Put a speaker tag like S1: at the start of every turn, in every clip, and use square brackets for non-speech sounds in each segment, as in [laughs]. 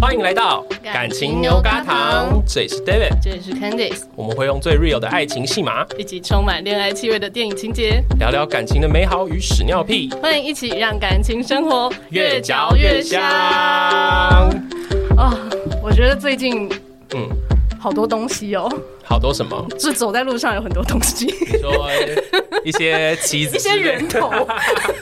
S1: 欢迎来到
S2: 感情牛轧糖，
S1: 这里是 David，
S2: 这里是 Candice，
S1: 我们会用最 real 的爱情戏码
S2: 一起充满恋爱气味的电影情节，
S1: 聊聊感情的美好与屎尿屁，
S2: 欢迎一起让感情生活
S1: 越嚼越香。
S2: 啊、我觉得最近
S1: 嗯，
S2: 好多东西哦，
S1: 好多什么？
S2: 就走在路上有很多东
S1: [laughs]
S2: 西，
S1: 你说一些妻子
S2: 一些
S1: 之类
S2: 人头，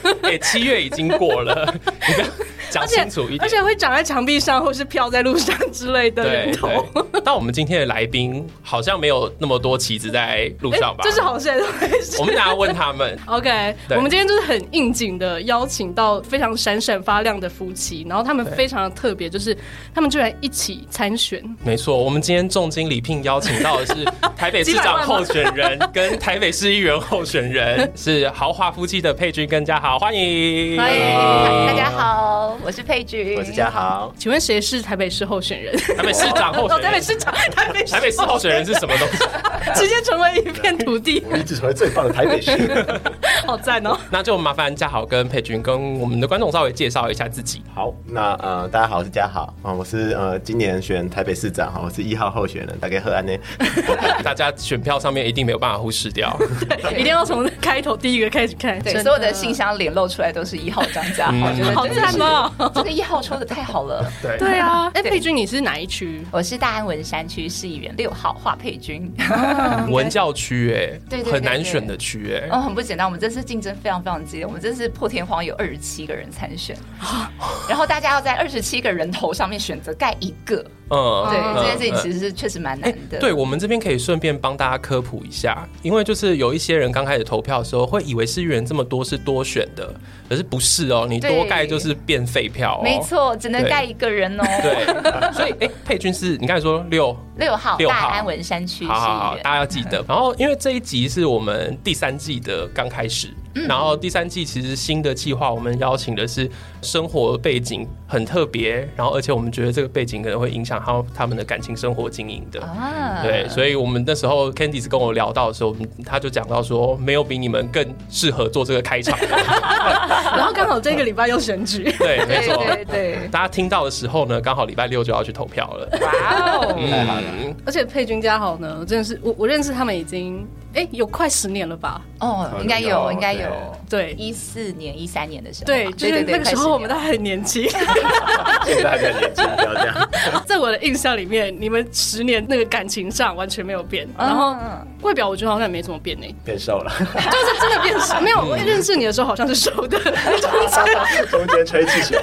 S1: 的， [laughs] 哎、七月已经过了， [laughs] 你不要讲清楚一点。
S2: 而且会长在墙壁上或是飘在路上之类的人
S1: 对
S2: 头。
S1: 对，但我们今天的来宾好像没有那么多棋子在路上吧？
S2: 哎这是好事还是坏事？
S1: 我们等下问他们。
S2: OK，
S1: 对
S2: 我们今天就是很应景的邀请到非常闪闪发亮的夫妻，然后他们非常的特别，就是他们居然一起参选，
S1: 没错，我们今天重金礼聘邀请到的
S3: [laughs]
S1: 是台北市长候选人跟台北市议员候选
S3: [laughs]
S1: 人，是豪华夫妻的佩君跟嘉豪，欢迎。
S2: 欢迎
S3: 大家好，我是佩君，
S4: 我是嘉豪，
S2: 请问谁是台北市候选人？
S1: 台北市长候
S2: 哦，
S1: 选
S2: 台北
S1: 人，
S2: 市
S1: [laughs]
S2: 长，台北市
S1: 台北市候选人是什么东西？ [laughs]
S2: 直接成为一片土地，
S4: 我一直成为最棒的台北市。 [laughs]
S2: 好赞哦！
S1: 那就麻烦嘉豪跟佩君跟我们的观众稍微介绍一下自
S3: [laughs]
S1: 己。
S4: 好，那呃，大家好，我是嘉豪啊、我是呃今年选台北市长哈，我是一号候选人，大概和 [laughs] 安呢。
S1: 大家选票上面一定没有办法忽视
S3: [laughs]
S1: 掉。
S3: 嗯
S2: 对，一定要从开头第一个开始看，
S3: [laughs] 对，
S2: 真
S3: 所有的信箱脸露出来都是一号张家豪，我觉得
S2: 好
S3: 真的
S2: 赞
S3: 是
S2: 哦！
S3: [laughs] 这个一号抽的太好了。
S1: 对
S2: [laughs] 对啊，哎，
S3: 对
S2: 佩君，你是哪一 [laughs] 区？
S3: 我是大安文山区市议员六号华佩君，
S1: 文教区哎、
S3: 对对对
S1: 很难选的区哎、
S3: 哦，很不简单，我们这次竞争非常非常激烈，我们这次破天荒有二十七个人参选， [laughs] 然后大家要在二十七个人头上面选择盖一个，
S1: 嗯，
S3: 哦对
S2: 嗯
S3: 这件事情其实是确实蛮难的。
S1: 哎对，我们这边可以顺便帮大家科普一下，因为就是有一些人刚开始投票的时候，会以为市议员这么多是多选的，可是不是哦，你多
S3: 对
S1: 盖就是变废票哦。
S3: 没。错，只能
S1: 对
S3: 盖一个人哦。
S1: 对，所以哎、佩君是你刚才说六，
S3: 六号
S1: 六号
S3: 大安文山区市议
S1: 好好好，
S3: 员，
S1: 大家要记
S3: [laughs]
S1: 得。然后因为这一集是我们第三季的刚开始，
S3: 嗯
S1: 然后第三季其实新的计划，我们邀请的是生活背景很特别，然后而且我们觉得这个背景可能会影响他他们的感情生活经营的。
S3: 啊
S1: 对，所以我们那时候 Candice 跟我聊到的时候，我们他就讲到说，没有比你们更适合做这个开场。
S2: 然后刚好这个礼拜又选举，
S1: 对，没
S3: 对
S1: 错。
S3: 对对，
S1: 大家听到的时候呢，刚好礼拜六就要去投票了。
S3: 哇哦！
S4: 太好了
S1: 嗯，
S2: 而且佩君家好呢，真的是我我认识他们已经哎有快十年了吧？
S3: 哦，应该有，应该有。
S2: 对
S3: 一四年、一三年的时候吧，
S2: 对，就是那个时候我们都
S3: 在
S2: 还很年 [laughs] 轻，
S4: 现在还在年轻，不要这样。
S2: 在我的印象里面，你们十年那个感情上完全没有变，然后外表我觉得好像也没怎么变呢、
S4: 变瘦了，
S2: 就是真的变瘦。没有，我认识你的时候好像是瘦 [laughs] 的，
S4: 中间吹气球，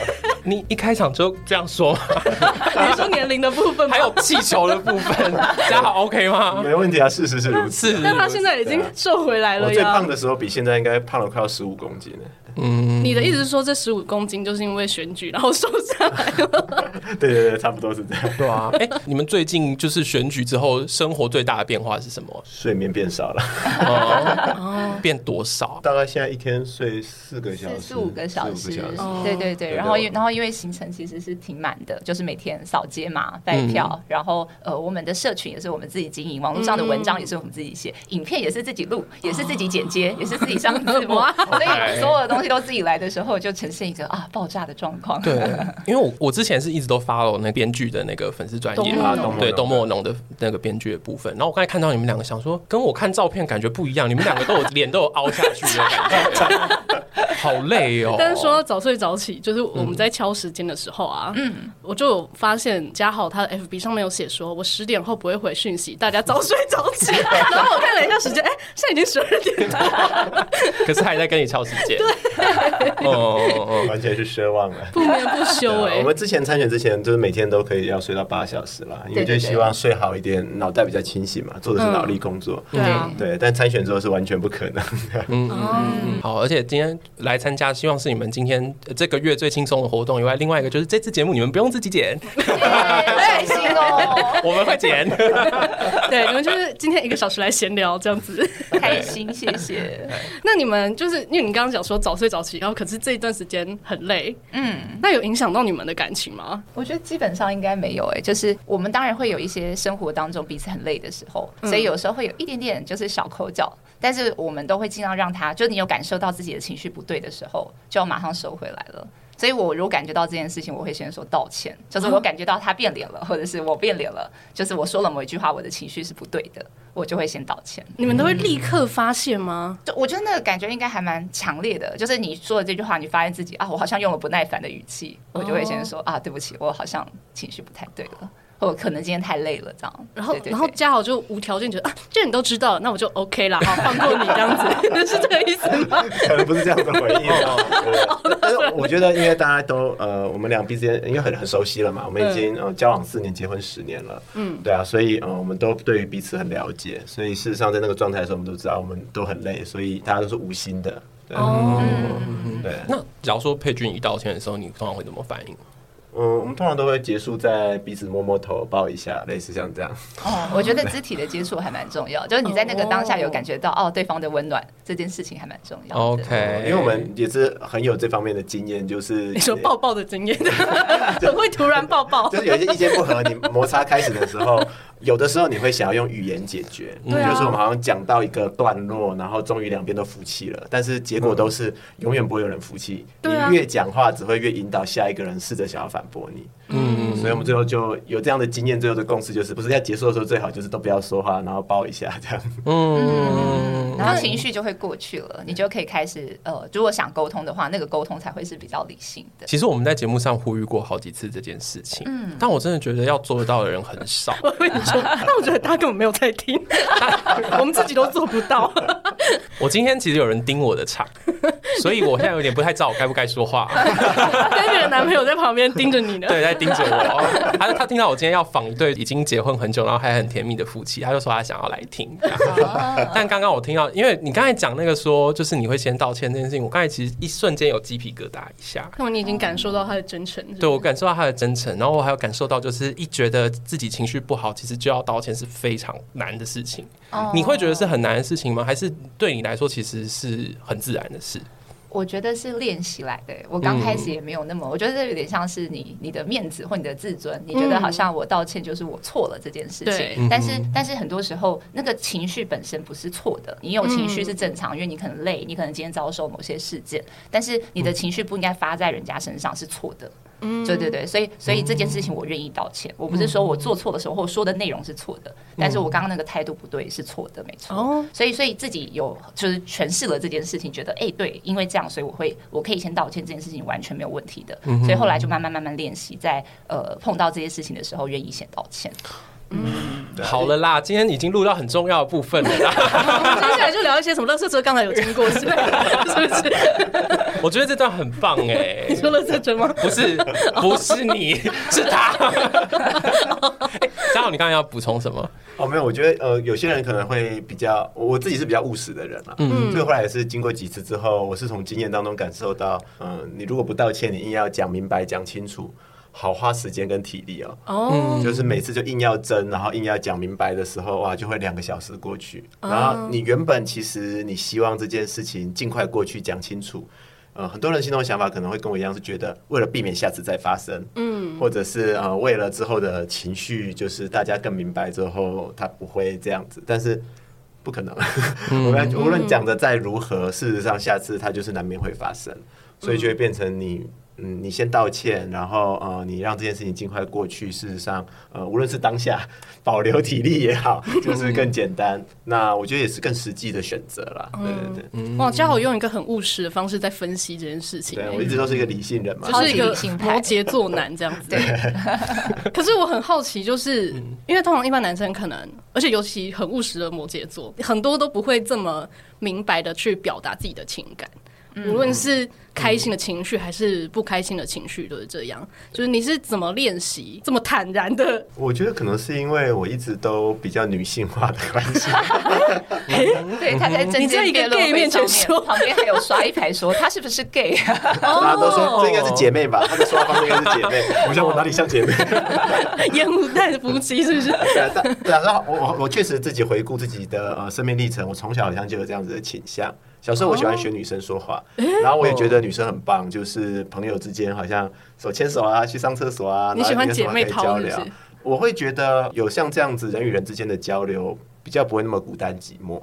S1: 你一开场就这样说吗，
S2: [laughs] 你说年龄的部分吧
S1: 还有气球的部分，大家好 OK 吗？
S4: 没问题啊，事实是如 [laughs] 此。
S1: 是，
S2: [laughs] 但他现在已经瘦回来
S4: 我
S2: 了
S4: 最
S2: 呀
S4: 胖。的时候比现在应该胖了快要十五公斤呢。 [laughs]
S2: 你的意思是说，这十五公斤就是因为选举然后瘦下来
S4: 哦
S2: 了？
S4: 对对对，差不多是这样。
S1: 对啊。哎、你们最近就是选举之后，生活最大的变化是什么？
S4: 睡眠变少了，
S1: 哦，变多少？
S4: 大概现在一天睡四个小时，
S3: 四四五个小时，
S4: 四五个小时
S2: 哦
S3: 对对对。
S4: 对
S3: 然后
S4: 对
S3: 因然后因为行程其实是挺满的，就是每天扫街嘛、拜票，然后呃，我们的社群也是我们自己经营，网络上的文章也
S2: 嗯
S3: 是我们自己写，影片也是自己录，也是自己剪接，也是自己上字幕，
S2: 哦 [laughs] 哇
S3: [laughs] 所以所有的东西都自己来的时候，就呈现一个啊爆炸的状 [laughs] 况。
S1: 对，因为我我之前是一直都 follow 那编剧的那个粉丝专业
S2: 东莫
S4: 农
S1: 对东莫农的那个编剧的部分。然后我刚才看到你们两个，想说跟我看照片感觉不一样，你们两个都有脸都有凹下去的感觉，好累
S2: [laughs]
S1: 哦。
S2: 但是说到早睡早起，就是我
S4: 嗯
S2: 们在敲时间的时候啊，嗯，我就有发现嘉豪他的 FB 上面有写说，我十点后不会回讯息，大家早睡早 [laughs] 起。然后我看了一下时间，哎、现在已经十二点了，
S1: 可是还在跟你敲时间，对， [laughs] 哦哦哦，
S4: 完全是奢望了。
S2: 不眠不休哎、
S4: 啊我们之前参选之前，就是每天都可以要睡到八小时啦，因
S3: 对
S4: 为就
S3: 对
S4: 希望睡好一点，脑袋比较清醒嘛，做的是脑力工作。
S2: 对啊，
S4: 对，但参选之后是完全不可能的。
S1: 嗯好，而且今天来参加，希望是你们今天呃这个月最轻松的活动以外，另外一个就是这次节目你们不用自己
S4: [laughs]
S1: 剪，
S3: 开心哦，
S1: 我们会剪。
S2: 对，你们就是今天一个小时来闲聊这样子。
S3: 开心，谢谢。
S2: 那你们就是因为你刚刚讲说早睡早起，然后可是这一段时间很累，
S3: 嗯。
S2: 那有影响到你们的感情吗？
S3: 我觉得基本上应该没有诶、就是我们当然会有一些生活当中彼此很累的时候，所以有时候会有一点点就是小口角，但是我们都会尽量让他，就你有感受到自己的情绪不对的时候，就要马上收回来了。所以我如果感觉到这件事情，我会先说道歉，就是我感觉到他变脸了，或者是我变脸了，就是我说了某一句话，我的情绪是不对的，我就会先道歉。
S2: 你们都会立刻发现吗？
S3: 就我觉得那个感觉应该还蛮强烈的，就是你说的这句话，你发现自己啊，我好像用了不耐烦的语气，我就会
S2: 哦
S3: 先说、啊，对不起，我好像情绪不太对了，或可能今天太累了这样。
S2: 然后
S3: 对，对
S2: 然后
S3: 对
S2: 嘉豪就无条件觉得啊，这你都知道，那我就 OK 啦，好放过你这样
S3: [laughs]
S2: 子，是这个意思吗？
S4: [laughs] 可能不是这样的回应哦。对但是我觉得，因为大家都呃，我们俩彼此间因为很很熟悉了嘛，我们已经呃交往四年，结婚十年了，嗯，对啊，所以呃，我们都对于彼此很了解，所以事实上在那个状态的时候，我们都知道我们都很累，所以大家都是无心的，对，对，
S1: 那假如说佩君一道歉的时候，你通常会怎么反应？
S4: 嗯，我们通常都会结束在彼此摸摸头、抱一下，类似像这样。
S3: 哦，我觉得肢体的接触还蛮重要，就是你在那个当下有感觉到哦对方的温暖，这件事情还蛮重要的。
S1: OK
S4: 哦因为我们也是很有这方面的经验，就是
S2: 哎你说抱抱的
S3: [laughs]
S2: 经验，很会突然抱抱
S4: [laughs] 就。是有一些意见不合，你摩擦开始的时候， [laughs] 有的时候你会想要用语言解决，
S2: 对啊
S4: 就是我们好像讲到一个段落，然后终于两边都服气了，但是结果都是永远不会有人服气。
S2: 对啊
S4: 你越讲话，只会越引导下一个人试着想要反驳你。嗯，所以我们最后就有这样的经验，最后的共识就是，不是要结束的时候最好就是都不要说话，然后抱一下这样。
S1: 嗯，
S3: 然后情绪就会过去了，你就可以开始呃，如果想沟通的话，那个沟通才会是比较理性
S2: [laughs]
S3: 的。
S1: 其实我们在节目上呼吁过好几次这件事情，嗯，但我真的觉得要做得到的人很少。
S2: 我跟你说，但我觉得大家根本没有在
S3: [laughs]
S2: 听，我们自己都做不到。
S1: 我今天其实有人盯我的场，所以我现在有点不太知道我该不该说话。
S2: David 的男朋友在旁边盯着你呢。
S1: 对，在盯着我。他他听到我今天要访一对已经结婚很久，然后还很甜蜜的夫妻，他就说他想要来听。这样但刚刚我听到，因为你刚才讲那个说，就是你会先道歉这件事情，我刚才其实一瞬间有鸡皮疙瘩一下。
S2: 那么你已经感受到他的真诚，
S1: 对，我感受到他的真诚，然后我还有感受到，就是一觉得自己情绪不好，其实就要道歉是非常难的事情。你会觉得是很难的事情吗？还是对你来说其实是很自然的事？
S3: 我觉得是练习来的。我刚开始也没有那么，我觉得这有点像是你你的面子或你的自尊，你觉得好像我道歉就是我错了这件事
S2: 对
S3: 情。但是但是很多时候那个情绪本身不是错的，你有情绪是正常，因为你可能累，你可能今天遭受某些事件，但是你的情绪不应该发在人家身上是错的。
S2: 嗯
S3: 对对对，所以所以这件事情我愿意道歉，我不是说我做错的时候或说的内容是错的，但是我刚刚那个态度不对是错的，没
S2: 嗯哦
S3: 错。所以所以自己有就是诠释了这件事情，觉得哎、对，因为这样，所以我会我可以先道歉，这件事情完全没有问题的。
S2: 嗯
S3: 所以后来就慢慢慢慢练习，在呃碰到这些事情的时候，愿意先道歉。
S4: 对啊
S1: 好了啦，今天已经录到很重要的部分了啦。
S2: 接下来就聊一些什么乐色车刚才有经过之类的，是 [laughs] 不是？
S1: 我觉得这段很棒哎、
S2: [laughs] 你说乐色车吗？
S1: 不是，不是你，是他。哎嘉豪，你刚才要补充什么？
S4: 哦，没有，我觉得呃，有些人可能会比较，我我自己是比较务实的人啦。嗯，所以后来也是经过几次之后，我是从经验当中感受到，嗯、你如果不道歉，你硬要讲明白、讲清楚，好花时间跟体力哦。
S2: 哦，
S4: 就是每次就硬要争，然后硬要讲明白的时候，哇，就会两个小时过去。然后你原本其实你希望这件事情尽快过去，讲清楚。呃，很多人心中的想法可能会跟我一样，是觉得为了避免下次再发生，嗯，或者是呃为了之后的情绪，就是大家更明白之后，他不会这样子。但是不可能， [laughs] 我们无
S3: 嗯
S4: 论讲的再如何，事实上下次它就是难免会发生，所以就会变成你。嗯，你先道歉，然后呃，你让这件事情尽快过去。事实上，呃，无论是当下保留体力也
S3: [laughs]
S4: 好，就是更简单。那我觉得也是更实际的选择啦。
S3: 嗯
S4: 对对对，
S2: 哇，嘉豪用一个很务实的方式在分析这件事情、
S4: 对
S2: 欸
S4: 我一直都是一个理性人嘛。
S2: 就是一
S3: 超级
S2: 个
S3: 理性派
S2: 摩羯座男这样子。 [laughs] 可是我很好奇，就是嗯因为通常一般男生可能，而且尤其很务实的摩羯座，很多都不会这么明白的去表达自己的情感。无论是开心的情绪还是不开心的情绪，都是这样。就是你是怎么练习这么坦然的？ [laughs]
S4: 我觉得可能是因为我一直都比较女性化的关
S3: [laughs]
S4: 系，
S3: 对他在
S2: 嗯你
S3: 真
S2: 在
S3: 正
S2: 一个
S3: 辩论
S2: gay
S3: 会
S2: 面前
S3: 上
S2: 说
S3: 面，旁边还有刷一排说他是不是 gay，
S4: 大家都
S3: 哦
S4: 说这应该是姐妹吧，她的说话方式应该是姐妹。 [laughs] 我想我哪里像姐妹？
S2: 烟雾弹夫妻是不是？
S4: 对啊，但对啊，然后我我我确实自己回顾自己的呃生命历程，我从小好像就有这样子的倾向。小时候我喜欢学女生说话，然后我也觉得女生很棒，就是朋友之间好像手牵手啊，去上厕所啊，
S2: 你喜欢
S4: 然后有什么
S2: 姐妹
S4: 可以
S2: 淘
S4: 交
S2: 是不
S4: 流
S2: 是。
S4: 我会觉得有像这样子人与人之间的交流，比较不会那么孤单寂寞。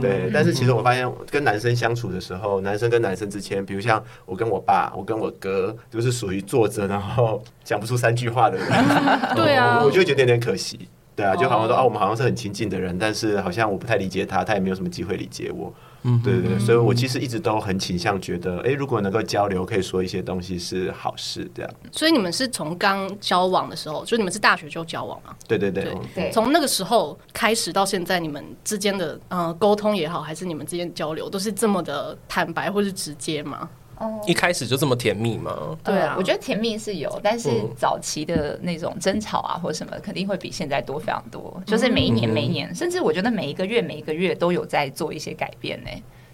S4: 对，但是其实我发现跟男生相处的时候，男生跟男生之间，比如像我跟我爸，我跟我哥，就是属于坐着然后讲不出三句话的人，
S2: [laughs] 对啊
S4: 我
S2: [laughs]
S4: 我就觉得有点可惜。对啊，就好像说
S2: 哦
S4: 啊，我们好像是很亲近的人，但是好像我不太理解他，他也没有什么机会理解我。
S2: 嗯
S4: 对对对，所以我其实一直都很倾向觉得，哎，如果能够交流，可以说一些东西是好事，这样。
S2: 所以你们是从刚交往的时候，就你们是大学就交往嘛？
S4: 对对对，
S2: [laughs] 对
S4: 嗯
S3: 对
S2: 从那个时候开始到现在，你们之间的呃沟通也好，还是你们之间交流，都是这么的坦白或是直接吗？
S1: 一开始就这么甜蜜吗？
S2: 对啊
S3: 呃我觉得甜蜜是有，但是
S1: 嗯
S3: 早期的那种争吵啊或什么，肯定会比现在多非常多。就是每一年、每一年，甚至我觉得每一个月、每一个月都有在做一些改变呢、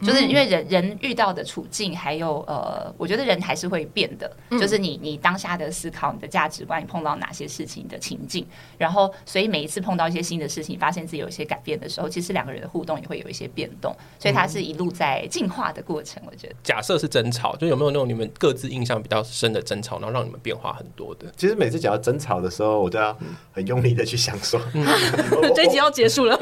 S3: 就是因为人人遇到的处境，还有呃，我觉得人还是会变的。嗯就是你你当下的思考、你的价值观，你碰到哪些事情你的情境，然后所以每一次碰到一些新的事情，发现自己有一些改变的时候，其实两个人的互动也会有一些变动。所以它嗯是一路在进化的过程，我觉得。
S1: 假设是争吵，就有没有那种你们各自印象比较深的争吵，然后让你们变化很多的？
S4: 其实每次讲到争吵的时候，我都要很用力的去想说， [laughs] 我
S2: [laughs] 嗯这一集要结束了，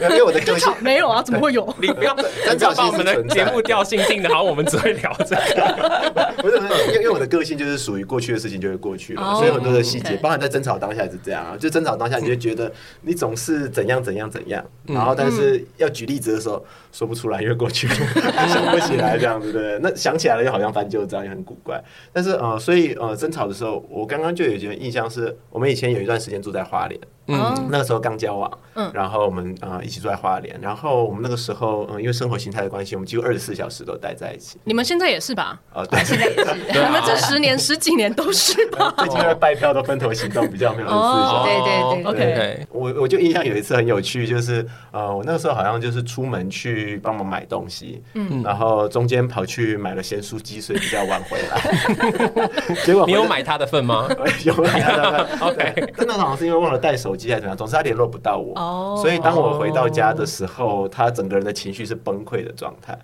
S4: 因为我的个性
S2: 吵 [laughs] 没有 [laughs] 啊？怎么会有？
S1: 你不要，
S4: 争
S1: 你不
S4: 吵
S1: 要
S4: 其实
S1: 把我们的
S4: 存在
S1: 节目调性定的，好，我们只会聊这个。
S4: [laughs] 不是，不是因为因为我的个性就是属于过去的事情就会过去
S2: 哦
S4: 了，所以很多的细节，
S2: OK
S4: 包含在争吵当下也是这样啊。就争吵当下，你就觉得你总是怎样怎样怎样，然后但是要举例子的时候说不出来，因为过去 [laughs] 想不起来这样子，对不对？那想起来了又好像翻旧账，也很古怪。但是呃，所以呃，争吵的时候，我刚刚就有一个印象是，我们以前有一段时间住在花莲，
S2: 嗯，
S4: 那个时候刚交往，然后我们呃一起住在花莲，然后我们那个时候嗯、呃因为生活形态的关系，我们几乎二十四小时都待在一起。
S2: 你们现在也是吧？
S4: 啊，对，
S3: 现在也是。
S1: 对
S2: 你们
S1: 啊，
S2: 这十年、十几年都是吧？
S4: [laughs] 最近因为拜票都分头行动，比较没有二十四小
S2: 哦
S3: [laughs]
S4: 时。
S3: 对对对
S1: 哦
S2: OK
S4: 我我就印象有一次很有趣，就是呃，我那个时候好像就是出门去帮忙买东西，嗯，然后中间跑去买了咸酥鸡，所以比较晚回来。
S3: [laughs]
S4: 结果
S1: 你
S4: 回
S1: 有
S4: 来
S1: 买他的份 [laughs] 吗？
S4: 有买有买 [laughs]
S1: OK
S4: 但那好像是因为忘了带手机还是怎么样，总之他联络不到我。
S2: 哦
S4: 所以当我回到家的时候，他整个人的情绪是崩溃的状态。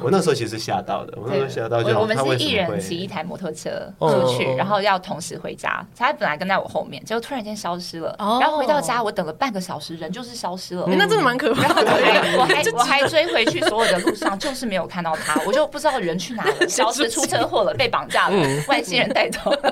S4: 我那时候其实吓到的，我那时候吓嗯到就
S3: 哦我我们
S4: 他为
S3: 是
S4: 什
S3: 一
S4: 么
S3: 人
S4: 会
S3: 骑一台摩托车
S1: 哦
S3: 出去，然后要同时回家。他本来跟在我后面，结果突然间消失了。
S2: 哦
S3: 然后回到家，我等了半个小时，人就是消失了。
S4: 嗯
S3: [laughs]
S2: 欸那真的蛮可怕的。
S4: [laughs]
S3: 我还我还追回去所有的路上，就是没有看到他，我就不知道人去哪
S4: [laughs]
S3: 了，消失出车祸了，被绑架
S4: 嗯
S3: 了，外星人带走了，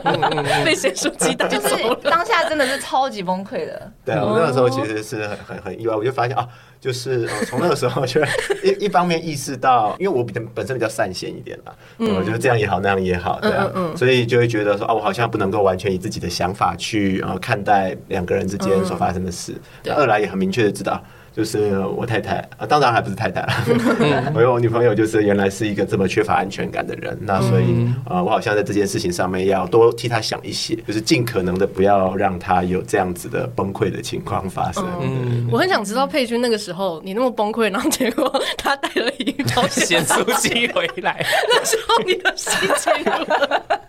S2: 被咸酥鸡 [laughs] 带
S3: 就
S2: 走
S3: 是
S2: 了。
S3: 当下真的是超级崩溃的。
S4: 对啊，我那个时候其实是很很很意外，我就发现啊，就是呃从、那个时候就 [laughs] 一一方面意识到，因为我比较本身比较善闲一点啦，嗯、我觉得这样也好，那样也好，对啊，所以就会觉得说啊，我好像不能够完全以自己的想法去呃看待两个人之间所发生的事。那二来也很明确的知道。就是我太太啊，当然还不是太太
S2: 嗯
S4: 了。 [laughs] 我有我女朋友，就是原来是一个这么缺乏安全感的人，那所以
S2: 嗯
S4: 呃，我好像在这件事情上面要多替她想一些，就是尽可能的不要让她有这样子的崩溃的情况发生。
S1: 嗯，
S2: 我很想知道佩君那个时候你那么崩溃，然后结果他带了一包
S1: 咸酥鸡回来，
S2: 那时候你的心情如何？
S3: [laughs]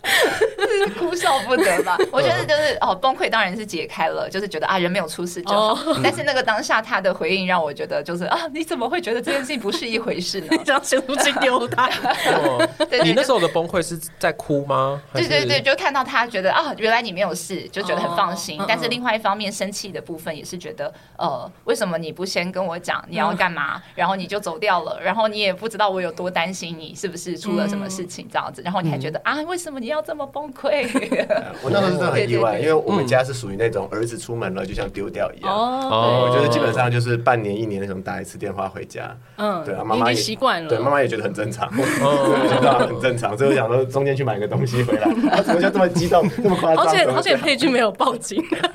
S3: 哭笑不得吧？
S2: 嗯
S3: 我觉得就是哦，崩溃当然是解开了，就是觉得啊人没有出事就好。
S2: 哦
S3: 但是那个当下他的回应让我觉得就是啊，你怎么会觉得这件事情不是一
S2: [laughs]
S3: 回事呢？
S2: 将咸酥鸡丢他，
S1: 哦
S3: 对
S1: [laughs]
S3: 对
S1: 你那
S3: 就
S1: 时候的崩溃是在哭吗？还
S3: 对
S1: 是
S3: 对对，，就看到他觉得啊，原来你没有事，就觉得很放心。
S2: 哦嗯嗯
S3: 但是另外一方面，生气的部分也是觉得，呃，为什么你不先跟我讲你
S2: 嗯
S3: 要干嘛，然后你就走掉了，然后你也不知道我有多担心你是不是出了什
S2: 嗯
S3: 么事情这样子，然后你还觉得、啊，为什么你要这么崩溃？ [laughs]
S4: 哦我那时候真的很意外，
S3: 对对对
S4: 因为我们家是属于那种儿子出门了就像丢掉一样。
S2: 嗯
S1: 哦
S4: 我就是基本上就是半年一年那种打一次电话回家，
S2: 嗯
S4: 对啊，
S2: 你
S4: 妈妈
S2: 已
S4: 也
S2: 经习惯了
S4: 对，妈妈也觉得很正常， [laughs] 对，觉得很正常，所以我想说中间去买个东
S2: [laughs]
S4: 西回来，啊怎么就这么激动，这么夸张？
S2: 而且
S4: 怎么
S2: 而
S4: 这样
S2: 且佩君没有报警， [laughs]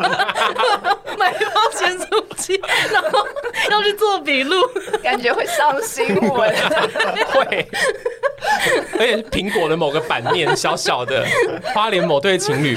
S2: 买一包咸酥鸡，然后要去做笔录， [laughs]
S3: 感觉会上新闻。
S1: 会， [laughs] 而且是苹果的某个版面小小的，花莲某对情侣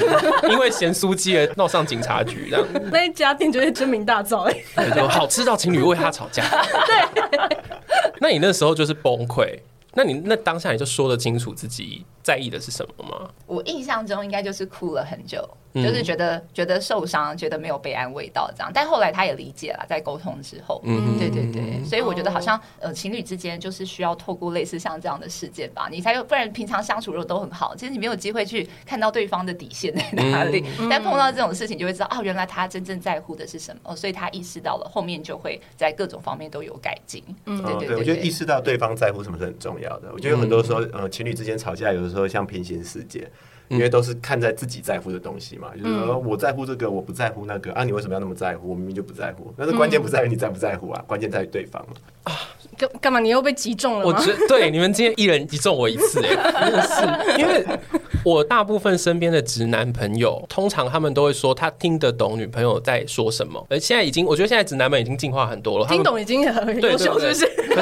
S1: 因为咸酥鸡而闹上警察局，这样
S2: 那一家店就会真名大噪、欸。
S1: 对就好吃到情侣为他吵架。对， [laughs] 那你那时候就是崩溃，那你那当下你就说得清楚自己在意的是什么吗？
S3: 我印象中应该就是哭了很久，
S4: 嗯
S3: 就是觉得觉得受伤，觉得没有被安慰到这样。但后来他也理解了，在沟通之后，
S1: 嗯
S3: 对对对，所以我觉得好像呃情侣之间就是需要透过类似像这样的事件吧，你才有，不然平常相处如果都很好，其实你没有机会去看到对方的底线在哪里。
S4: 嗯
S3: 但碰到这种事情，就会知道哦，原来他真正在乎的是什么，哦所以他意识到了，后面就会在各种方面都有改进。嗯，对
S4: 嗯，
S3: 对
S4: 对，
S3: 对，
S4: 我觉得意识到对方在乎什么是很重要的。我觉得有很多时候，呃，情侣之间吵架，有的时候像平行世界，因为都是看在自己在乎的东西嘛，就是
S3: 嗯
S4: 说哦我在乎这个，我不在乎那个啊，你为什么要那么在乎？我明明就不在乎。
S3: 嗯
S4: 但是关键不在于你在不在乎啊，关键在于对方嘛。
S2: 干干嘛？你又被击中了
S1: 我
S2: 吗？
S1: 觉对你们今天一人击中我一次、哎，真的是，因为我大部分身边的直男朋友，通常他们都会说他听得懂女朋友在说什么，而呃现在已经，我觉得现在直男们已经进化很多了，他
S2: 听
S1: 们
S2: 懂已经很
S1: 对
S2: 优
S1: 对
S2: 秀，是
S1: 对
S2: 不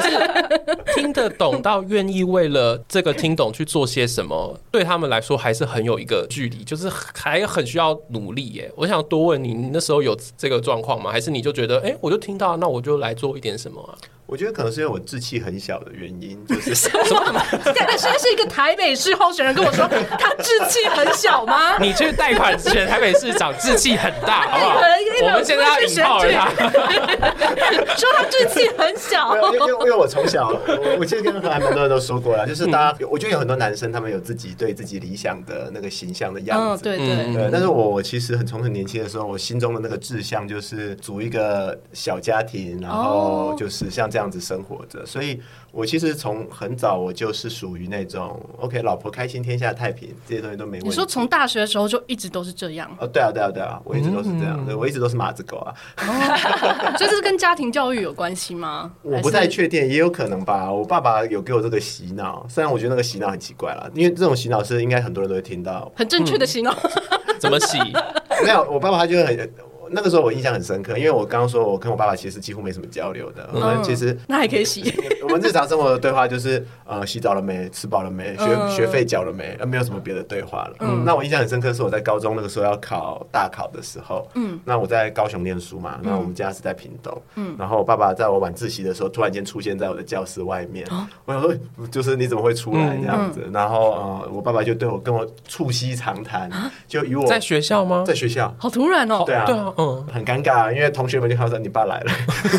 S1: 可
S2: 是？
S1: 是听得懂到愿意为了这个听懂去做些什么，对他们来说还是很有一个距离，就是还很需要努力耶。我想多问你，你那时候有这个状况吗？还是你就觉得，哎、我就听到，那我就来做一点什么啊？
S4: 我觉得可能是因为我志气很小的原因，就是
S3: [laughs]
S2: 干的真是一个台北市候选人跟我说，他志气很
S1: [laughs]
S2: 小吗？
S1: 你去贷款之前，台北市长志气很大，好不好
S2: 哎哎哎？
S1: 我们现在要引爆了他。
S2: 说他志气很小
S4: 没，有因为因为因为我从小，我我其实跟还蛮多人都说过了，就是大家，我觉得有很多男生他们有自己对自己理想的那个形象的样
S2: 嗯，
S4: 子，
S2: 对
S1: 嗯
S2: 对，
S4: 对，但是我我其实很从很年轻的时候，我心中的那个志向就是组一个小家庭，然
S2: 哦
S4: 后就是像这样子生活着。所以我其实从很早我就是属于那种 OK，老婆开心天下太平这些东西都没问题。
S2: 你说从大学的时候就一直都是这样，
S4: 哦，对啊，对啊，对啊，我一直都是这样，对我一直都是马子狗啊，
S2: 所以这是跟家庭教育有关系吗？
S4: 我不太确定，也有可能吧。我爸爸有给我这个洗脑，虽然我觉得那个洗脑很奇怪啦，因为这种洗脑是应该很多人都会听到，
S2: 很正确的形容， [laughs]
S1: 怎么洗？
S4: [laughs] 没有，我爸爸他就很。那个时候我印象很深刻，因为我刚刚说，我跟我爸爸其实几乎没什么交流的。我
S1: 嗯
S4: 们其实
S2: 那还可以洗。
S4: 我们日常生活的对话就是呃，洗澡了没？吃饱了没？学、
S1: 嗯
S4: 学费缴了没？呃，没有什么别的对话了。那我印象很深刻，是我在高中那个时候要考大考的时候，嗯，那我在高雄念书嘛，那我们家是在屏东，嗯，然后我爸爸在我晚自习的时候突然间出现在我的教室外面，
S1: 哦
S4: 我想说嗯就是你怎么会出来
S1: 嗯
S4: 这样子？然后呃，我爸爸就对我跟我促膝长谈，就与我
S1: 啊在学校吗？
S4: 在学校。
S2: 好突然哦！
S4: 对啊，
S1: 对啊，嗯，
S4: 很尴尬，因为同学们就看到说你爸来了，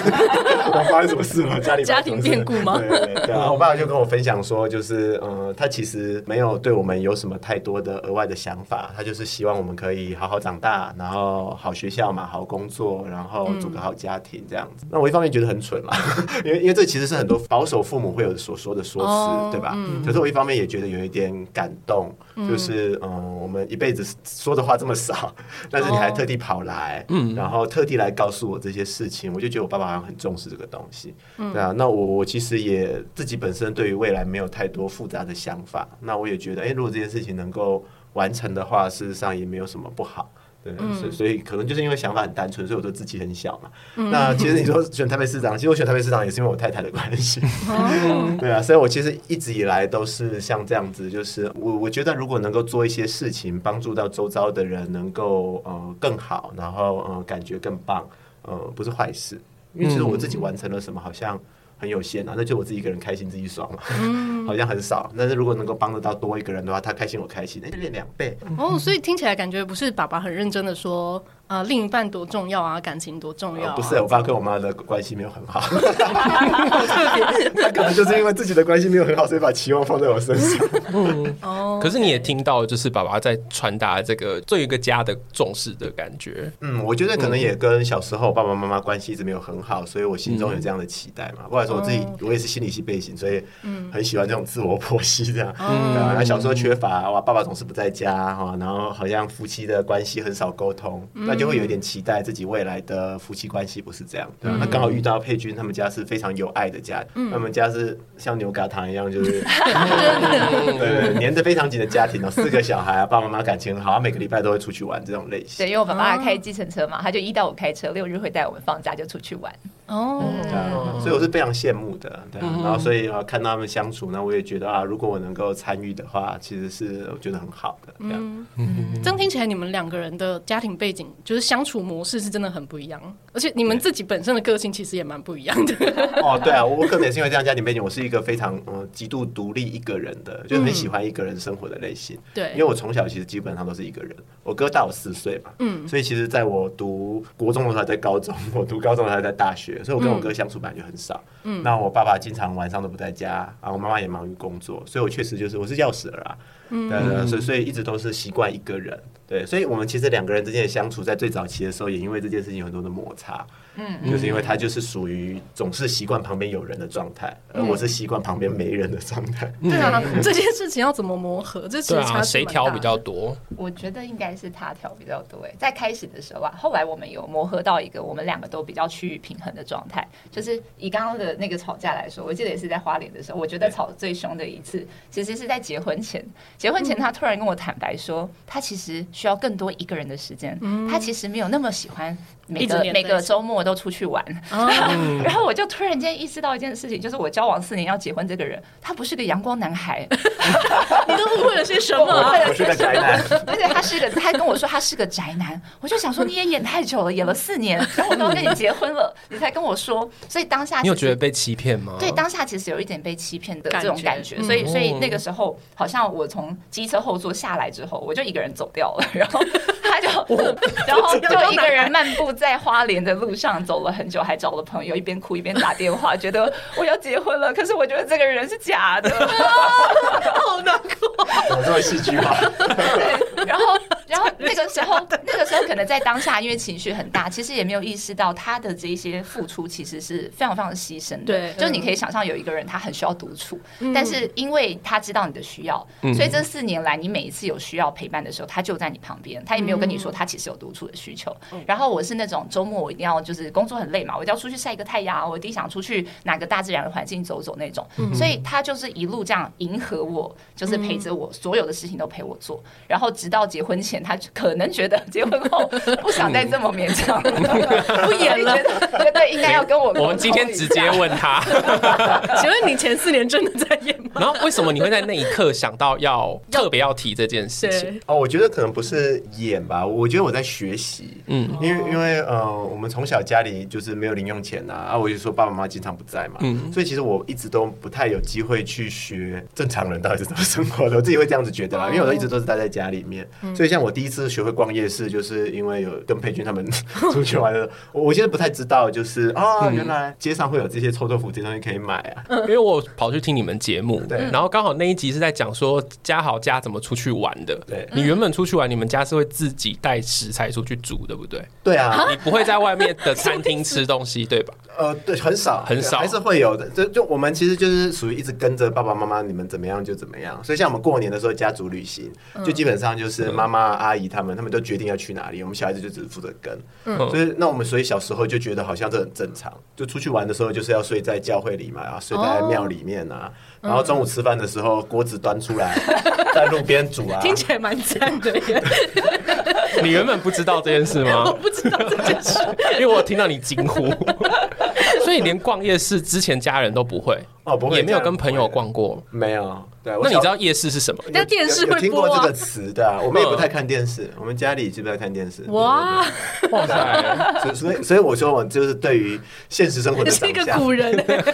S4: 我爸发生什么事了？家里发生什么
S2: 家庭
S4: 事
S2: 变故吗
S4: 对对对对啊，我爸爸就跟我分享说，就是呃，他其实没有对我们有什么太多的额外的想法，他就是希望我们可以好好长大，然后好学校嘛，好工作，然后组个好家庭这样子。那我一方面觉得很蠢嘛， [laughs] 因为因为这其实是很多保守父母会有所说的说辞，
S2: 哦
S4: 对吧？可是我一方面也觉得有一点感动，就是嗯、呃我们一辈子说的话这么少，但是你还特地跑来，嗯，然后特地来告诉我这些事情，我就觉得我爸爸好像很重视这个东西，对啊。那我我其实也自己本身对于未来没有太多复杂的想法，那我也觉得，哎、如果这件事情能够完成的话，事实上也没有什么不好。对，所以所以可能就是因为想法很单纯，所以我都自己很小嘛。那其实你说选台北市长，其实我选台北市长也是因为我太太的关系。对啊，所以我其实一直以来都是像这样子，就是我我觉得如果能够做一些事情，帮助到周遭的人能够呃更好，然后呃感觉更棒，呃不是坏事。因为其实我自己完成了什么好像很有限啊，那就我自己一个人开心自己爽嘛， [laughs] 好像很少。但是如果能够帮得到多一个人的话，他开心我开心，哎、变两倍。
S2: 哦，所以听起来感觉不是爸爸很认真的说啊、另一半多重要啊，感情多重要、
S4: 呃
S2: 啊
S4: 不是，我爸跟我妈的关系没有很好， [laughs] 他可能就是因为自己的关系没有很好，所以把期望放在我身上。
S1: 可是你也听到，就是爸爸在传达这个对一个家的重视的感觉。
S4: 嗯，我觉得可能也跟小时候爸爸妈妈关系一直没有很好，所以我心中有这样的期待嘛。或者说我自己，我也是心理系背景，所以很喜欢这种自我剖析这样。嗯，然后小时候缺乏哇，爸爸总是不在家哈，然后好像夫妻的关系很少沟通，那就会有一点期待自己未来的夫妻关系不是这样。对啊，那刚好遇到佩君他们家是非常有爱的家，他们家是像牛轧糖一样，就是 [laughs] 对粘得非常紧的家庭哦，四个小孩啊，爸爸妈妈感情很好，每个礼拜都会出去玩这种类型
S3: 对，。因为我爸爸开计程车嘛，他就一到五开车，六日会带我们放假就出去玩。
S2: 哦，
S4: 对啊，所以我是非常羡慕的，对啊、然后所以啊，看到他们相处，那我也觉得啊，如果我能够参与的话，其实是我觉得很好的，对啊、
S2: 这样听起来你们两个人的家庭背景就是相处模式是真的很不一样，而且你们自己本身的个性其实也蛮不一样的。
S4: [laughs] 哦，对啊，我可能也是因为这样家庭背景，我是一个非常嗯极度独立一个人的，就是很喜欢一个人生活的类型。
S2: 对
S4: 因为我从小其实基本上都是一个人，我哥大我四岁嘛，嗯，所以其实在我读国中的时候还在高中，我读高中的时候还在大学，所以我跟我哥相处本来就很少。嗯，那我爸爸经常晚上都不在家，啊，我妈妈也忙于工作，所以我确实就是我是钥匙儿啊，嗯，对对所以所以一直都是习惯一个人。对，所以我们其实两个人之间的相处，在最早期的时候，也因为这件事情有很多的摩擦。就是因为他就是属于总是习惯旁边有人的状态，而我是习惯旁边没人的状态。
S2: 对啊，这件事情要怎么磨合？这其
S1: 对
S2: 实差
S1: 啊，
S2: 距
S1: 谁
S2: 蛮大
S1: 调
S2: 的
S1: 比较多？
S3: 我觉得应该是他调比较多诶，在开始的时候啊，后来我们有磨合到一个我们两个都比较趋于平衡的状态。就是以刚刚的那个吵架来说，我记得也是在花莲的时候，我觉得吵得最凶的一次，其实是在结婚前。结婚前
S2: 嗯
S3: 他突然跟我坦白说，他其实需要更多一个人的时间，他其实没有那么喜欢每
S2: 一直
S3: 个
S2: 黏在
S3: 每
S2: 一起
S3: 个周末都出去玩。
S2: 哦
S3: [laughs] 然后我就突然间意识到一件事情，就是我交往四年要结婚这个人，他不是个阳光男孩，
S2: 你都误会了些什 [laughs]
S3: 我
S2: 么啊？
S4: 我是个宅男，
S3: [laughs] 而且他是个，他跟我说他是个宅男，我就想说你也演太久了，演了四 [laughs] 年，然后我都要跟你结婚了，你才跟我说，所以当下
S1: 你有
S3: 其
S1: 觉
S3: 实
S1: 得被欺骗吗？
S3: 对，当下其实有一点被欺骗的
S2: 感
S3: 这
S2: 觉
S3: 种感觉，
S2: 嗯
S3: 所以所以那个时候，好像我从机车后座下来之后，我就一个人走掉了， [laughs] 然后他就， [laughs] 然后就一个人漫步在花莲的路上走了很久，还找了朋友，一边哭一边打电话，觉得我要结婚了，可是我觉得这个人是假的，
S4: 我这么戏剧化。
S3: 对，然后，然后那个时候，那个时候可能在当下，因为情绪很大，其实也没有意识到他的这一些付出其实是非常非常牺牲的。
S2: 对
S3: 就是你可以想象有一个人他很需要独处，
S4: 嗯
S3: 但是因为他知道你的需要，
S1: 嗯
S3: 所以这四年来你每一次有需要陪伴的时候，他就在你旁边，他也没有跟你说
S4: 嗯
S3: 他其实有独处的需求。然后我是那种周末我一定要就是工作很累嘛，我一定要出去晒个太阳，我一定想出去哪个大自然的环境走走那种。
S4: 嗯
S3: 所以他就是一路这样迎合我，就是陪着
S4: 嗯
S3: 我，所有的事情都陪我做。然后直到结婚前，他可能觉得结婚后不想再这么勉强 [laughs] 了，不演了，觉得应该要跟我沟
S1: 嗯 [laughs]
S3: 通一下。
S1: 我们今天直接问
S4: [laughs]
S1: 他，
S2: 请问你前四年真的在演吗？
S1: 然后为什么你会在那一刻想到要特别要提这件事情？
S2: 对，
S4: 哦，我觉得可能不是演吧，我觉得我在学习。嗯，因为因为呃，我们从小家里就是没有零用钱呐、啊，我就说爸爸妈妈经常不在嘛，所以其实我一直都不太有机会去学正常人到底是怎么生活的，我自己会这样子觉得啦，因为我都一直都是待在家里面，所以像我第一次学会逛夜市，就是因为有跟佩君他们 [laughs] 出去玩的时候，我我现在不太知道，就是啊、原来街上会有这些臭豆腐这些东西可以买啊，
S1: 因为我跑去听你们节目，
S4: 嗯对
S1: 然后刚好那一集是在讲说家好家怎么出去玩的。
S4: 对
S1: 你原本出去玩，你们家是会自己带食材出去煮，对不对？
S4: 对啊，
S1: 你不会在外面的餐厅吃东西，对吧？
S4: 呃，对，很少，
S1: 很少
S4: 还是会有的。就就我们其实就是属于一直跟着爸爸妈妈，你们怎么样就怎么样。所以像我们过年的时候家族旅行，
S2: 嗯
S4: 就基本上就是
S1: 嗯
S4: 妈妈、阿姨他们，他们都决定要去哪里，我们小孩子就只负责跟。
S1: 嗯
S4: 所以那我们所以小时候就觉得好像这很正常，就出去玩的时候就是要睡在教会里嘛，然后睡在庙里面啊，
S2: 哦
S4: 然后中午吃饭的
S2: [laughs]
S4: 时候锅子端出来，在路边煮啊。
S2: 听起来蛮赞的耶！
S1: [laughs] 你原本不知道这件事
S2: 我
S1: 吗？
S2: 不知道这件事，
S1: [laughs] 因为我听到你惊呼， [laughs] 所以连逛夜市之前家人都不会，
S4: 哦，不会，
S1: 也没有
S4: 这样
S1: 跟朋友
S4: 不会
S1: 逛过。
S4: 的，没有。对，我
S1: 那你
S4: 小
S1: 知道夜市是什么？
S2: 那电视
S4: 有有
S2: 会
S4: 听过
S2: 播
S4: 这
S2: 啊
S4: 个？词的啊、我们也不太看电
S1: 嗯
S4: 视，我们家里基本上看电视。对
S2: 哇，，
S1: 哇塞！
S4: 对对所以所以所以我说我就是对于现实生活
S2: 你
S4: 的
S2: 是
S4: 长
S2: 一个
S4: 相，
S2: 古人耶，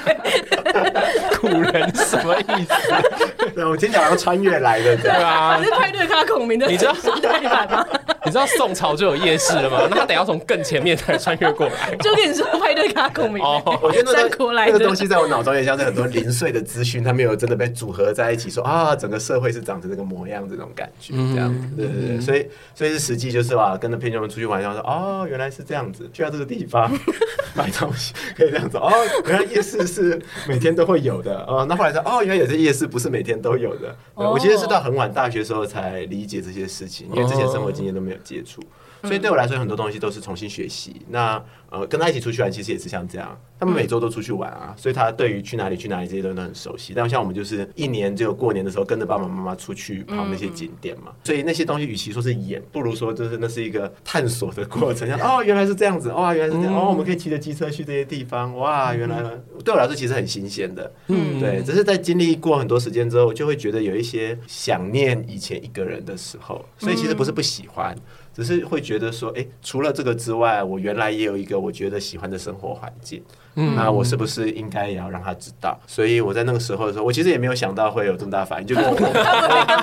S1: [laughs] 古人什么意思？
S4: 对我听起来好像穿越来的这
S1: 对
S2: [laughs]
S4: 样。
S1: 啊
S2: 你，是派对咖孔明的
S1: 你知道
S2: 宋 [laughs] 代版吗？
S1: 你知道宋朝就有夜市了吗？那他 [laughs] 得要从更前面才穿越过
S2: [laughs]
S1: 来。
S2: 就跟你说派对咖孔明耶，欸
S1: 哦
S4: 我觉得那
S2: 三
S4: 个
S2: 国来
S4: 那
S2: 的
S4: 个东西在我脑中也像是很多零碎的资讯，它没有真的被组合在一起说啊，整个社会是长成这个模样这种感觉，这样子，对
S2: 嗯
S4: 对对，所以所以是实际就是哇，跟着朋友们出去玩，然后说哦，原来是这样子，去到这个地方 [laughs] 买东西可以这样子，哦，原来夜市是每天都会有的，哦，那后来说哦，原来有些夜市不是每天都有的，对我其实是到很晚大学时候才理解这些事情，因为之前生活经验都没有接触。所以对我来说，很多东西都是重新学习。那呃，跟他一起出去玩，其实也是像这样，他们每周都出去玩啊，所以他对于去哪里去去哪里这些东西都很熟悉。但像我们就是一年只有过年的时候跟着爸爸妈妈出去跑那些景点嘛，所以那些东西与其说是演，不如说就是那是一个探索的过程。像哦，原来是这样子，哇、原来是这样，哦，我们可以骑着机车去这些地方，哇，原来对我来说其实很新鲜的。
S1: 嗯
S4: 对，只是在经历过很多时间之后，我就会觉得有一些想念以前一个人的时候，所以其实不是不喜欢，只是会觉得说，哎、除了这个之外，我原来也有一个我觉得喜欢的生活环境，那我是不是应该也要让他知道？所以我在那个时候的时候，我其实也没有想到会有这么大反应，就跟我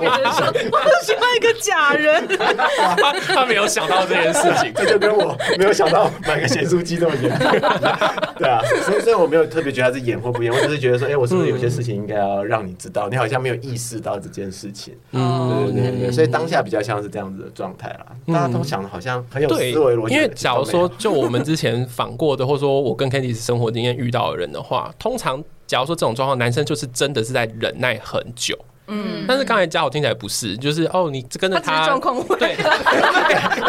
S2: 我喜欢一个假人，
S1: 他他没有想到这件事
S4: [laughs]
S1: 情。
S4: 这就跟我没有想到买个咸酥鸡这么
S1: [laughs]
S4: 严重，对啊，所以所以我没有特别觉得他是演或不演，我只是觉得说，哎、我是不是有些事情应该要让你知道，你好像没有意识到这件事情，嗯，对对对对，所以当下比较像是这样子的状态啦，大家都想的好像很有思
S1: 对，
S4: 维逻辑，
S1: 因为假如说就我们之前访过的，或者说我跟 Candy 生活经验遇到的人的话，通常假如说这种状况，男生就是真的是在忍耐很久。嗯，但是刚才嘉豪听起来不是，就是哦，你跟着
S2: 他只是状况外。
S1: 对，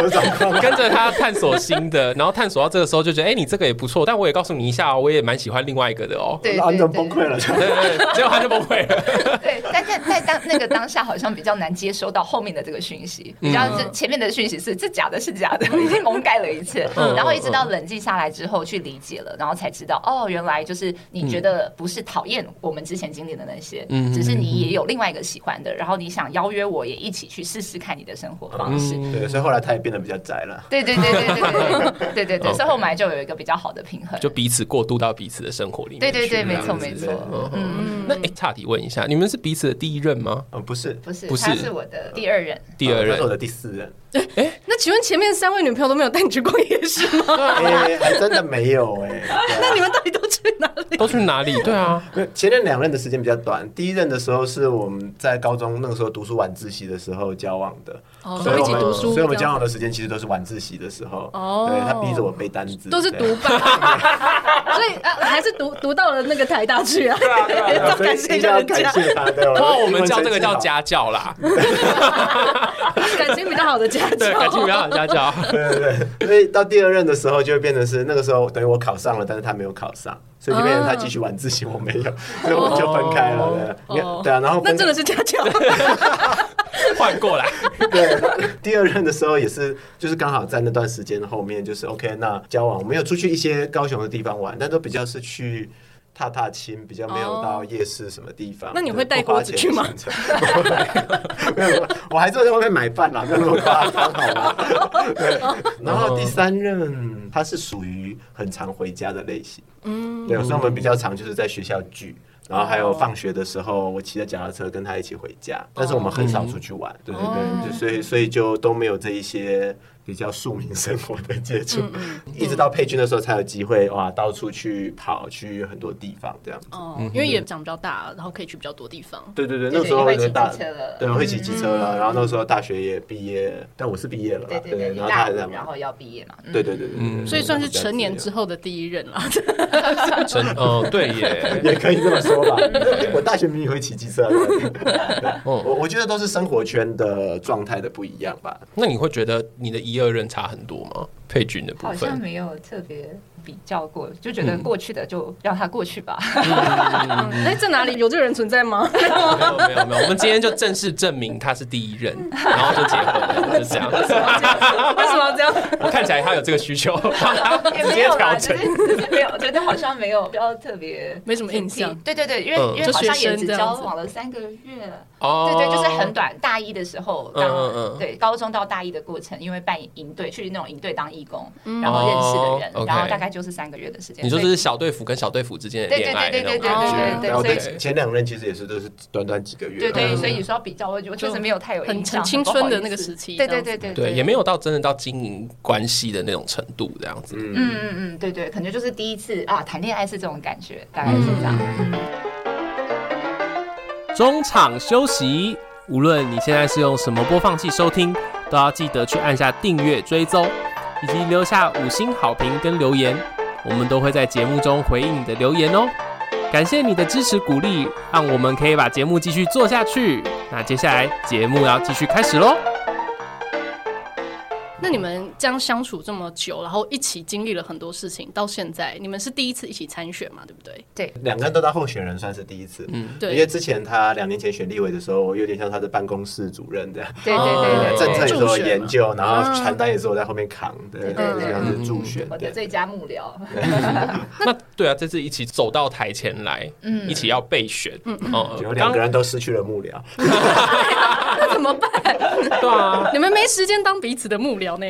S4: 有状况， [laughs]
S1: 跟着他探索新的， [laughs] 然后探索到这个时候就觉得，哎、你这个也不错，但我也告诉你一下、哦，我也蛮喜欢另外一个的哦。
S3: 对
S4: 完
S3: 对
S4: 全啊崩
S3: 对
S4: 溃了，
S1: 对对对，结果他就崩溃了。
S3: 对，但在在当那个当下，好像比较难接收到后面的这个讯息，比较
S1: 嗯
S3: 这前面的讯息是这假的，是假的， [laughs] 已经蒙盖了一切，
S1: 嗯
S3: [laughs] 然后一直到冷静下来之后去理解了，然后才知道哦，原来就是你觉得不是讨厌我们之前经历的那些，
S1: 嗯
S3: 只是你也有另外一个喜欢的，然后你想邀约我也一起去试试看你的生活
S1: 嗯
S3: 方式。
S4: 对，所以后来他也变得比较宅了。
S3: 对对对对对对对对对
S1: OK
S3: 对，
S1: [laughs]
S3: 所以后来就有一个比较好的平衡。
S1: 就嗯彼此过渡到彼此的生活里面去。
S3: 对对对，没
S1: 这
S3: 错
S1: 样子
S3: 没错，
S1: 那哎、岔题问一下，你们是彼此的第一任吗？
S4: 嗯，不是，
S3: 不是，
S1: 不是
S3: 他是我的第二任。
S1: 第二
S4: 嗯他
S1: 任
S4: 是我？的第四任，
S2: 那请问前面三位女朋友都没有带你去逛夜市吗？
S4: 哎，还真的没有哎。对啊
S2: 那你们到底都去哪里？
S1: 都去哪里？对啊，
S4: 没有前任两任的时间比较短，第一任的时候是我们在高中那个时候读书晚自习的时候交往的，
S2: 哦
S4: 所以我
S1: 所以一
S4: 们
S1: 起读
S2: 书
S4: 所以
S2: 这样
S4: 我们
S2: 子
S4: 交往的时间其实都是晚自习的时候。
S2: 哦
S4: 对他逼着我背单词，
S2: 都是
S4: 对
S2: 读吧， [laughs] 所以啊，还是读读到了那个台大去啊。 [laughs]
S4: 对啊
S2: 要
S4: 所以
S2: 感
S4: 一
S2: 谢
S4: 定要
S2: 人家
S4: 感，谢他。对，
S1: 不然我们
S4: 英文
S1: 叫
S4: 成
S1: 这个
S4: 绩
S1: 叫
S4: 好。
S1: 家教啦，
S2: [laughs] 感情比较好的家
S1: 对，感情
S2: 教
S1: 比。较好的家教。
S4: 对对对，所以到第二任的时候就会变成是那个时候等于我考上了，但是他没有考上，所以就变成他继续晚自习，我没有，所以我们就分开了。对啊你看，对啊，然后
S2: [laughs] 那
S4: 分开
S2: 真的是家教， [laughs]
S1: 换过来，
S4: 对，第二任的时候也是，就是刚好在那段时间后面，就是 OK，那交往我们有出去一些高雄的地方玩，但都比较是去。踏踏青比较没有到夜市什么地方，
S2: 哦那你
S4: 对
S2: 会带
S4: 不花
S2: 锅子
S4: 钱
S2: 去吗
S4: 的行 [laughs] 程？没有，没有我还是在外面买饭啦，没有那么夸张好吗？对
S2: [laughs]
S4: 然后第三任他是属于很常回家的类型，嗯，对，所以我们比较常就是在学校聚，然后还
S3: 哦
S4: 有放学的时候，我骑着脚踏车跟他一起回家，但是我们很
S3: 哦
S4: 少出去玩，对
S3: 嗯
S4: 对对，就所以所以就都没有这一些比较庶民生活的接触，
S3: 嗯
S4: 一直到佩君的时候才有机会哇，到处去跑，去很多地方这样子。
S2: 哦，因为也长比较大，然后可以去比较多地方。
S4: 对对对，
S3: 对
S4: 那时候
S3: 因为
S4: 我就
S3: 骑
S4: 大
S3: 机车了嗯
S4: 对，会骑机车了。然后那时候大学也毕业，但我是毕业了啦，
S3: 对对对，你
S4: 然后他
S3: 大
S4: 还在
S3: 五，然
S4: 忙。
S3: 后要毕业嘛。嗯
S4: 对对对对对，对
S2: 所以算是成年之后的第一任了。
S1: 真嗯，对耶，
S4: [laughs] 也可以这么说吧。我大学明明会骑机车，啊 [laughs]
S1: 哦
S4: 我我觉得都是生活圈的状态的不一样吧。
S1: 那你会觉得你的一二任差很多吗？配军的部
S3: 好像
S1: 分，嗯
S3: 没有特别比较过，就觉得过去的就让它过
S1: [laughs]
S3: 去吧。
S4: 嗯
S2: [laughs] 哎，在哪里有这个人存在吗？ [laughs]
S1: 没有没有没有，我们今天就正式证明他是第一任，然后就结婚了，就这样。
S2: 为什么要这样？
S1: 我看起来他有这个需求，直接调
S3: 啦，
S1: 整
S3: 只。是只是 [laughs] 没有，觉得好像没有比较特别，
S2: 没什么印象
S3: 对对对，因为、
S1: 嗯
S3: 因为好像
S2: 就
S3: 也
S2: 学生
S3: 只
S2: 这
S3: 交
S2: 样子
S3: 往了三个月，
S1: 哦
S3: 对对，就是很短。大一的时候，
S1: 嗯
S3: 刚、
S1: 嗯嗯
S3: 对高中到大一的过程，因为办营队去那种营队当义工，
S2: 嗯
S3: 然后认识的人，
S1: 哦，OK
S3: 然后大概就是三个月的时间。
S1: 你说
S3: 所
S1: 这
S3: 以
S1: 是小队服跟小队服之间的恋爱那种
S3: 哦对
S1: 感觉，
S3: 对对
S4: 然后
S3: 所以
S4: 对前两任其实也是都是短短几个月，
S3: 对对，
S1: 嗯
S3: 所以说比较，我我确实没有太有
S2: 很
S3: 印象，
S2: 很青春的那个
S3: 不好意思
S2: 时期
S3: 对
S2: 这
S3: 对
S2: 样子
S3: 对对
S1: 对，也没有到真的到经营关系的那种程度这样子。
S3: 嗯嗯嗯，对对，可能就是第一次啊，谈恋爱是这种感觉，大概是这样。
S4: 嗯
S5: 中场休息。无论你现在是用什么播放器收听，都要记得去按下订阅追踪，以及留下五星好评跟留言，我们都会在节目中回应你的留言哦。感谢你的支持鼓励，让我们可以把节目继续做下去。那接下来节目要继续开始喽。
S2: 那你们这样相处这么久，然后一起经历了很多事情，到现在你们是第一次一起参选嘛？对不对？
S4: 两个人都当候选人算是第一次，嗯，
S2: 对
S4: 因为之前他两年前选立委的时候，我有点像他的办公室主任这样，
S3: 对对对对
S4: 政策也是我
S2: 助选
S4: 研究，然后
S2: 啊
S4: 传单也是我在后面扛，对，
S3: 对对
S4: 这样
S1: 对
S4: 子助选，
S3: 我
S4: 对
S3: 的。最佳幕僚，
S1: 那对啊，这次一起走到台前来，一起要备选，哦
S4: 有两个人都失去了
S3: [laughs]
S4: 幕僚，
S2: 那啊怎么办？
S1: 刚对啊，
S2: 你们没时间当彼此的幕僚呢？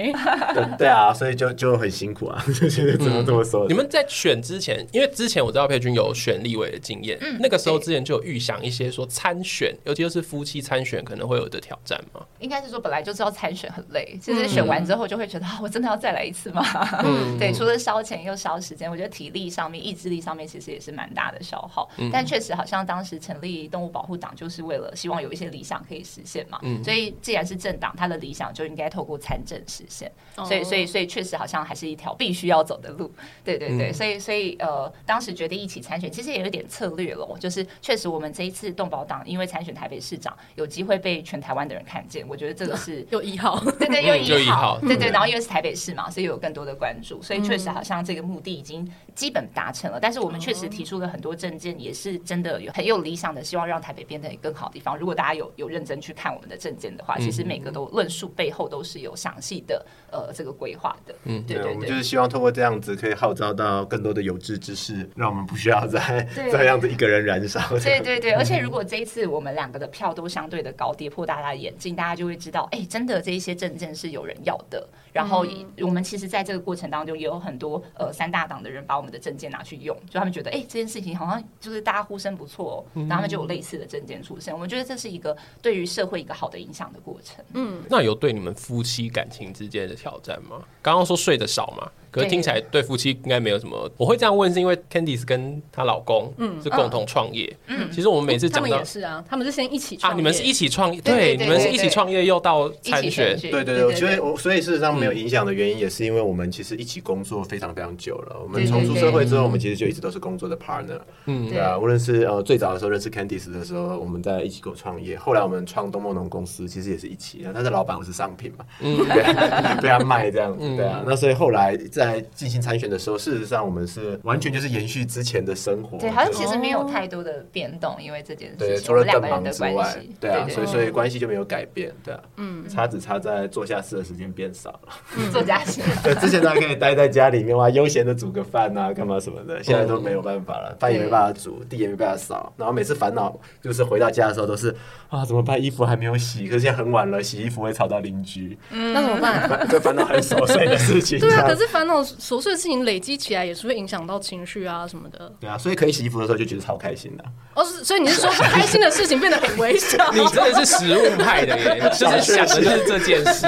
S4: 对对啊，所以就就很辛苦啊， [laughs] 就是只能这么说。
S1: 你们在选之前，因为之前我知道佩君有选立委的经验，
S3: 嗯
S1: 那个时候之前就有预想一些说参选，尤其就是夫妻参选可能会有的挑战嘛。
S3: 应该是说本来就知道参选很累，其
S4: 嗯
S3: 实选完之后就会觉得、啊，我真的要再来一次吗？ [laughs] 对，除了烧钱又烧时间，我觉得体力上面、意志力上面其实也是蛮大的消耗。
S4: 嗯
S3: 但确实好像当时成立动物保护党就是为了希望有一些理想可以实现嘛。
S4: 嗯
S3: 所以既然是政党，它的理想就应该透过参政实现。所以，所以，所以确实好像还是一条必须要走的路。对对对，所以，所以呃，当时决定一起参选，其实也有点策略了。就是确实我们这一次动保党因为参选台北市长，有机会被全台湾的人看见，我觉得这个是
S2: 有一
S1: [laughs]
S2: 号，
S3: [laughs] 对对，又
S1: 嗯又一
S3: 一号
S1: 号，
S3: 对对，然后因为是台北市嘛，所以有更多的关注，所以确实好像这个目的已经基本达成了。但是我们确实提出了很多证件，也是真的有很有理想的，希望让台北变成一个更好的地方。如果大家有有认真去看我们的证件的话，其实每个都论述背后都是有详细的呃这个规划的。嗯，对
S4: 对，
S3: 对
S4: 我们就
S3: 对
S4: 是。希望透过这样子，可以号召到更多的有志之士，让我们不需要再
S3: [laughs] 对
S4: 这样子一个人燃烧。
S3: 对对对，而且如果这一次我们两个的票都相对的高，跌破大家的眼镜，大家就会知道，哎，真的这一些证件是有人要的。然后
S2: 嗯
S3: 我们其实在这个过程当中，也有很多呃三大党的人把我们的证件拿去用，就他们觉得，哎，这件事情好像就是大家呼声不错、哦，
S4: 嗯
S3: 然后他们就有类似的证件出现。我们觉得这是一个对于社会一个好的影响的过程。
S2: 嗯
S1: 那有对你们夫妻感情之间的挑战吗？刚刚说睡得少嘛，可是
S3: 对
S1: 听起来对夫妻应该没有什么。我会这样问是因为 Candice 跟她老公
S3: 嗯
S1: 是共同创业，其实我们每次
S2: 他
S1: 讲
S2: 们
S1: 到
S2: 也是啊，他们是先一起
S1: 啊，
S2: 创业
S1: 你们是一起创业，
S3: 对
S1: 对，
S3: 对对
S1: 你们是
S3: 对
S1: 一起创业又到
S3: 一
S1: 参
S3: 起
S1: 选
S3: 选，举，
S4: [laughs] 对对对，所以我所以事实上没有影响的原因，也是因为我们其实一起工作非常非常久了。我们
S3: 对对
S4: 从出
S3: 对
S4: 社会之后，我们其实就一直都是工作的 partner。嗯，对啊，无论是呃最早的时候认识 Candice 的时候，我们在一起过创业，后来我们创东梦农公司，其实也是一起啊。他的老板我是商品嘛，嗯，对啊， [laughs] 被他卖这样子，
S3: 嗯
S4: 对啊。那所以后来在进行参选的时候，事实上我们是完全就是延续之前的生活，
S3: 对，好像
S4: 就是
S3: 其实没有
S2: 哦
S3: 太多的变动，因为这件
S4: 对，
S3: 事
S4: 除
S3: 情，
S4: 了
S3: 我们两个
S4: 更
S3: 人
S4: 忙
S3: 的
S4: 之
S3: 关
S4: 外
S3: 系，，
S4: 对啊，所以所以
S3: 对
S4: 关系就没有改变，对啊，嗯，差只差在做下事的时间变少了。 [laughs]
S3: 做家事。
S2: 嗯
S4: 对，之前他可以待在家里面哇，悠闲的煮个饭啊，干嘛什么的，现在都没有办法了，饭也没办法煮，地也没办法扫，然后每次烦恼就是回到家的时候都是啊，怎么办？衣服还没有洗，可是现在很晚了，洗衣服会吵到邻居，
S2: 那怎么办？
S4: [laughs] 这烦恼很琐碎的事情。
S2: 对啊，
S4: 这样
S2: 可是烦恼琐碎的事情累积起来也是会影响到情绪啊什么的。
S4: 对啊，所以可以洗衣服的时候就觉得超开心的、
S2: 哦，是所以你是说不开心的事情变得很微
S1: [laughs]
S2: 小？
S1: 你真的是实物派的
S3: [laughs]
S1: 耶，就是想的就是这件事。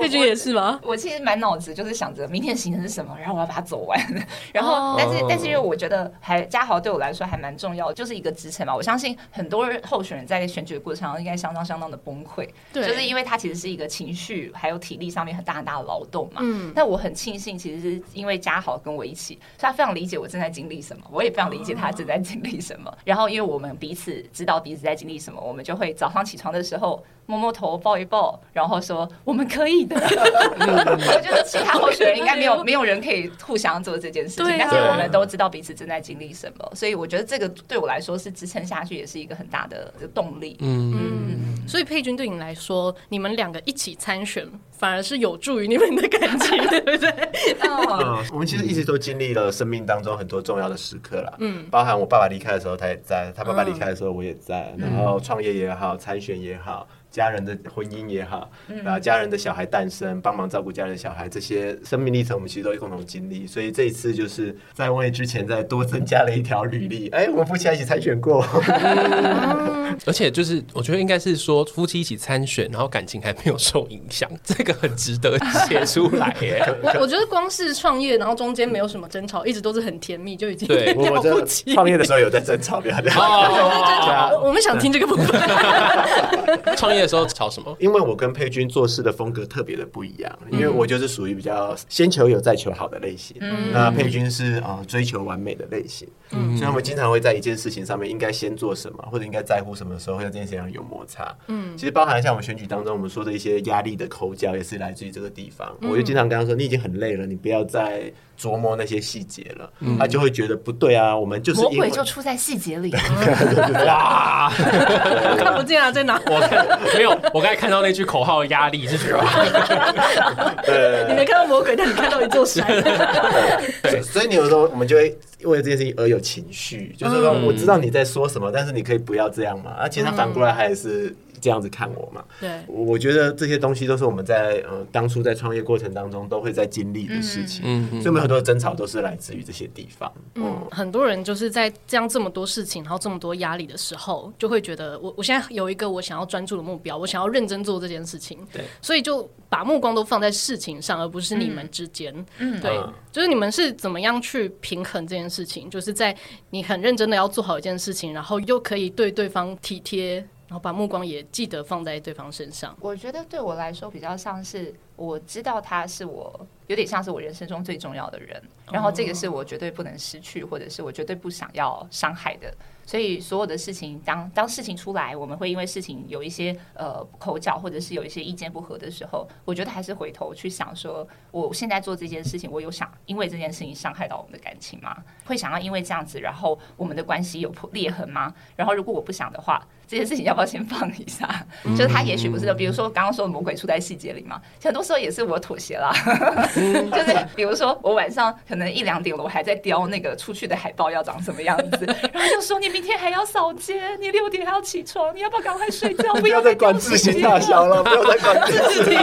S2: 佩君也是吗？
S3: 我其实满脑子就是想着明天的行程是什么，然后我要把它走完。 [laughs] 然后，
S2: 哦
S3: 但是但是因为我觉得还嘉豪对我来说还蛮重要，就是一个支撑嘛。我相信很多人候选人在选举的过程中应该相当相当的崩溃，
S2: 对
S3: 就是因为他其实是一个情绪还有体力上面很大很大的劳动嘛。嗯，但我很庆幸，其实是因为嘉豪跟我一起，所以他非常理解我正在经历什么，我也非常理解他正在经历什么。然后因为我们彼此知道彼此在经历什么，我们就会早上起床的时候摸摸头抱一抱，然后说我们可以的。我觉得其他候 [laughs] 选人应该没有没有人可以互相做这件事情，
S2: 对啊
S3: 但是我们都知道彼此正在经历什么，所以我觉得这个对我来说是支撑下去，也是一个很大的动力。
S2: 所以佩君对你来说，你们两个一起参选，反而是有助于你们的感情， [laughs] 对不对？
S4: 嗯，我们其实一直都经历了生命当中很多重要的时刻啦，嗯，包含我爸爸离开的时候，他也在；他爸
S2: 嗯
S4: 爸离开的时候，我也在。然后创业也好，参选也好，家人的婚姻也好，
S2: 嗯
S4: 然后家人的小孩诞生，帮忙照顾家人的小孩，这些生命历程我们其实都有共同经历。所以这一次就是在为之前再多增加了一条履历，哎，我们夫妻还一起参选过，
S1: 而且就是，我觉得应该是说夫妻一起参选，然后感情还没有受影响， [laughs] 这个很值得写出来耶。
S2: 我我觉得光是创业，然后中间没有什么争吵，一直都是很甜蜜，就已经
S1: 对
S4: [laughs] 我
S2: 了 [laughs]
S4: 我真
S2: 不
S4: 的
S2: 起。
S4: 创业的时候有在争吵，不要这样。
S1: 哦，
S4: 对啊
S2: 我我们想听这个部分，
S1: 创业的时候吵什
S4: [laughs]
S1: 么？
S4: 因为我跟佩君做事的风格特别的不一样，
S3: 嗯
S4: 因为我就是属于比较先求有再求好的类型，
S3: 嗯
S4: 那佩君是啊、呃追求完美的类型，所以他们经常会在一件事情上面应该先做什么，或者应该在乎什么的时候，会在这件事情上有摩擦。嗯，其实包含像我们选举当中我们说的一些压力的口角，也是来自于这个地方。
S3: 嗯
S4: 我就经常跟他说，你已经很累了，你不要再琢磨那些细节了，他就会觉得不对啊，我们就
S3: 嗯
S4: 是
S3: 魔
S4: 因为
S3: 鬼就出在细节里。
S1: 哇！
S2: 我看不见啊，在哪？
S1: 我看没有，我刚才看到那句口号“压力”是什么？
S2: 你没看到魔鬼，但你看到一座山。
S4: 对，所以你有时候我们就会为了这件事情而有情绪，就是说我知道你在说什么，但是你可以不要这样嘛。而且他反过来他也是这样子看我嘛。
S2: 对，
S4: 我我觉得这些东西都是我们在呃当初在创业过程当中都会在经历的事情，
S1: 嗯
S4: 所以我们很多的争吵都是来自于这些地方。
S2: 嗯
S4: 嗯，，
S2: 很多人就是在这样这么多事情，然后这么多压力的时候，就会觉得我我现在有一个我想要专注的目标，我想要认真做这件事情，
S1: 对，
S2: 所以就把目光都放在事情上，而不是你们之间，嗯，对，
S4: 嗯
S2: 就是你们是怎么样去平衡这件事情，就是在你很认真的要做好一件事情，然后又可以对对方体贴，然后把目光也记得放在对方身上，
S3: [laughs] 我觉得对我来说比较像是，我知道他是我有点像是我人生中最重要的人，然后这个是我绝对不能失去，或者是我绝对不想要伤害的。所以所有的事情，当当事情出来，我们会因为事情有一些呃口角，或者是有一些意见不合的时候，我觉得还是回头去想说，我现在做这件事情，我有想因为这件事情伤害到我们的感情吗？会想要因为这样子，然后我们的关系有破裂痕吗？然后如果我不想的话，这件事情要不要先放一下？就是他也许不是的，比如说刚刚说的魔鬼出在细节里嘛，很多时候也是我妥协啦。 [laughs] 就是比如说我晚上可能一两点了，我还在雕那个出去的海报要长什么样
S4: [laughs]
S3: 子，然后就说你明天还要扫街，你六点还要起床，你要不要赶快睡觉？
S4: [laughs] 不要再管自行大
S3: 小，
S4: 小了，不要再管自行。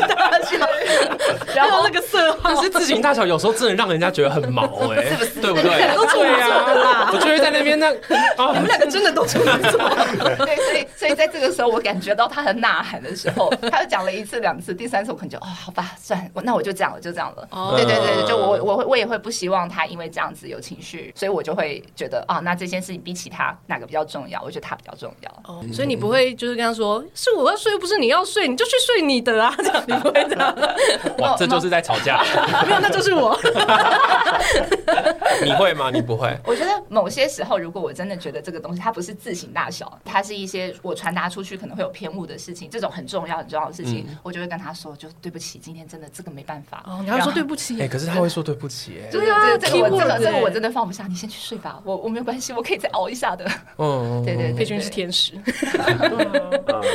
S4: [laughs]
S3: 然后
S2: 那个色
S1: 但是自行大小有时候真的让人家觉得很毛哎、对不对？
S2: 都是我
S1: 对
S2: 做的啦
S1: 啊，我就会在那边那啊，
S2: 两个真的都处女座，
S3: [laughs] 对，所以所以在这个时候，我感觉到他很呐喊的时候，他就讲了一次两次，第三次我可能就哦，好吧，算了，我那我就这样了，就这样了。
S2: 哦
S3: 对对对，就我我会我也会不希望他因为这样子有情绪，所以我就会觉得啊，那这件事情比起他哪个比较重要？我觉得他比较重要。
S2: 哦，所以你不会就是跟他说是我要睡，又不是你要睡，你就去睡你的啦，这样你不 [laughs] 会这样，
S1: 哇，这就是在吵架。
S2: 没有，那就是我。
S1: 你会吗？你不会？
S3: 我觉得某些时候，如果我真的觉得这个东西它不是自行大小，它是一些我传达出去可能会有偏误的事情，这种很重要很重要的事情，我就会跟他说，就对不起，今天真的这个没办法。
S2: 嗯哦，你要
S3: 然
S2: 说
S3: 后
S2: 对不起
S1: 哎、，可是他会说对不起哎、
S3: 对
S2: 啊
S3: 啊，这个我这个
S2: keywords
S3: 这个我
S2: 欸
S3: 真的放不下，你先去睡吧，我我没有关系，我可以再熬一下的。
S1: 嗯，
S3: 对对对，
S2: 佩君
S3: 对
S2: 是。天使，
S4: 嗯，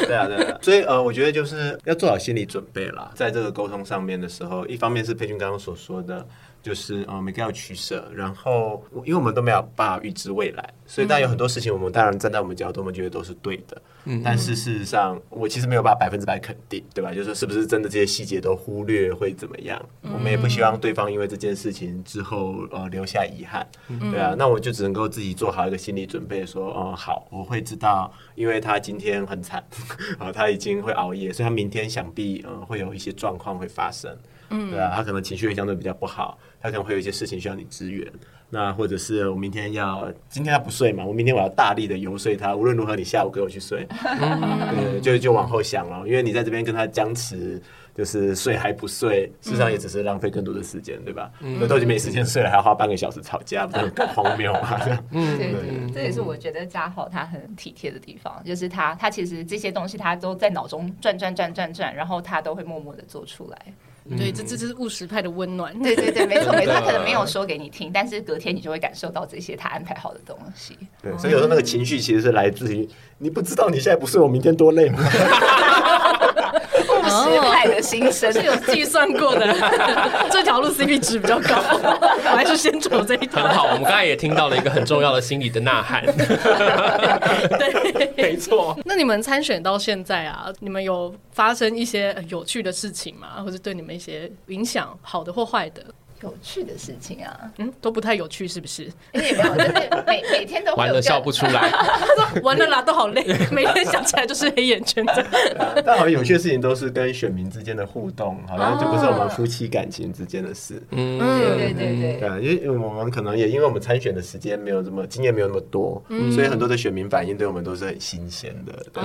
S4: 对啊，对啊，所以呃，我觉得就是要做好心理准备啦，在这个沟通上面的时候，一方面是佩君刚刚所说的，就是呃，每个要取舍，然后呃因为我们都没有办法预知未来，所以但有很多事情，我们当然站在我们角度，我们觉得都是对的，嗯，但是事实上，我其实没有办法百分之百肯定，对吧？就是是不是真的这些细节都忽略会怎么样？我们也不希望对方因为这件事情之后呃留下遗憾，对啊，那我就只能够自己做好一个心理准备，说哦、呃好，我会知道，因为他今天很惨， [laughs] 啊，他已经会熬夜，所以他明天想必呃会有一些状况会发生，嗯，对啊，他可能情绪会相对比较不好，他可能会有一些事情需要你支援。那或者是我明天要，今天他不睡嘛，我明天我要大力的游说他，无论如何你下午给我去睡，对，就就往后想了，因为你在这边跟他僵持，就是睡还不睡，事实上也只是浪费更多的时间，对吧？那都已经没时间睡了，还要花半个小时吵架，不是很荒谬吗？这样
S3: 对对，这也是我觉得嘉豪他很体贴的地方，就是他他其实这些东西他都在脑中转转转转转，然后他都会默默的做出来。
S2: [laughs] 对，
S1: 嗯
S2: 这这这是务实派的温暖。 [laughs]
S3: 对对对，没错没错，他
S1: 真的
S3: 可能没有说给你听，但是隔天你就会感受到这些他安排好的东西。
S4: [laughs]
S3: [laughs]
S4: 对，所以有时候那个情绪其实是来自于你不知道你现在不睡，我明天多累吗？
S3: 务实派的心 [laughs] 声，
S2: 是有计算过 [laughs] 的，这条路 CP 值比较高， [laughs] 我还是先走这一
S1: 很
S2: 条。
S1: 好，我们刚才也听到了一个很重要的心理的呐喊。对， [laughs] 没错。
S2: 那你们参选到现在啊，你们有发生一些呃有趣的事情吗？或者对你们一些影响，好的或坏的？
S3: 有趣的事情啊，
S2: 嗯，都不太有趣，是不是？ [laughs]
S3: 而且没有，就是每每天都会
S1: 完
S3: 有
S1: 了
S3: 更
S1: 笑不出来，
S2: 完了啦，都好累，每天想起来就是黑眼圈的。
S4: [laughs] 但好像有些事情都是跟选民之间的互动，好像就不是我们夫妻感情之间的事。
S1: 嗯，
S3: 对对对对
S4: 对啊，因为我们可能也因为我们参选的时间没有这么经验没有那么多，所以很多的选民反应对我们都是很新鲜的。对对对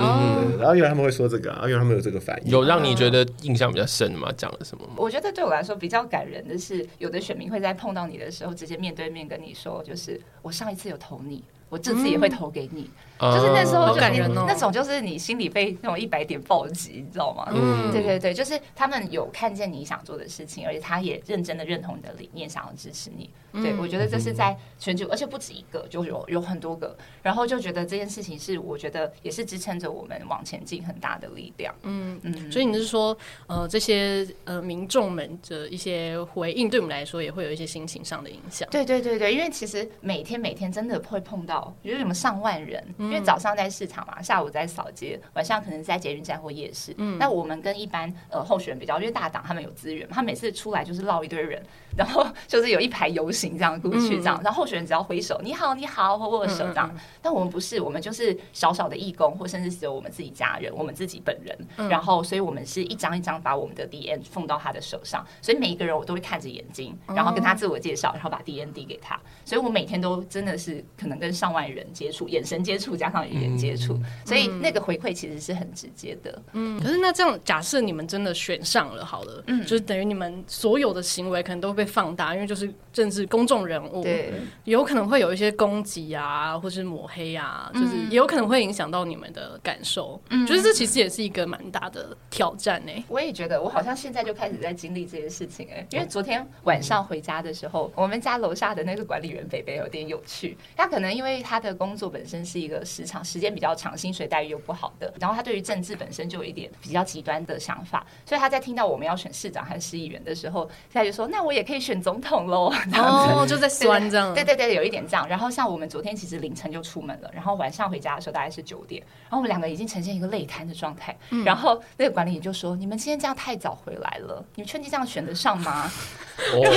S4: 然后原来他们会说这个啊，原来他们有这个反应。
S1: 有让你觉得印象比较深的吗？讲了什么吗？
S3: 我觉得对我来说比较感人的是，有的选民会在碰到你的时候，直接面对面跟你说，就是我上一次有投你，我这次也会投给你。就是那时候
S1: 啊
S3: 就
S2: 好
S3: 是
S2: 感人嗯哦
S3: 那种就是你心里被那种一百点暴击，你知道吗？
S1: 嗯
S3: 对对对，就是他们有看见你想做的事情，而且他也认真的认同你的理念，想要支持你。
S2: 嗯
S3: 对，我觉得这是在全球，而且不止一个，就有有很多个，然后就觉得这件事情是我觉得也是支撑着我们往前进很大的力量。嗯嗯，
S2: 所以你是说，呃，这些呃民众们的一些回应，对我们来说也会有一些心情上的影响。
S3: 对对对对，因为其实每天每天真的会碰到，比如你们上万人，因为早上在市场嘛，下午在扫街，晚上可能在捷运站或夜市。那我们跟一般呃候选人比较，因为大党他们有资源，他每次出来就是绕一堆人，然后 [laughs] 就是有一排游行这样过去这样，然后候选人只要挥手你好你好或握手这样。但我们不是，我们就是小小的义工，或甚至只有我们自己家人，我们自己本人。然后，所以我们是一张一张把我们的 D N 送到他的手上，所以每一个人我都会看着眼睛，然后跟他自我介绍，然后把 D N 递给他。所以我每天都真的是可能跟上万人接触，眼神接触加上语言接触，所以那个回馈其实是很直接的。
S2: 可是那这样，假设你们真的选上了，好了，就是等于你们所有的行为可能都被放大，因为就是政治公众人物，
S3: 对，
S2: 有可能会有一些攻击啊，或是抹黑啊，就是也有可能会影响到你们的感受。嗯，就是这其实也是一个蛮大的挑战欸呢、
S3: 我也觉得，我好像现在就开始在经历这件事情哎、因为昨天晚上回家的时候，我们家楼下的那个管理员北北有点有趣，他可能因为他的工作本身是一个时长时间比较长，薪水待遇又不好的，然后他对于政治本身就有一点比较极端的想法，所以他在听到我们要选市长和市议员的时候，他就说：“那我也可以选总统喽。” [laughs] 这样子。
S2: 哦，就在酸这样，
S3: 对对对，有一点这样。然后像我们昨天其实凌晨就出门了，然后晚上回家的时候大概是九点，然后我们两个已经呈现一个累瘫的状态。然后那个管理员就说：“你们今天这样太早回来了，你们确定这样选得上吗？”
S1: 啊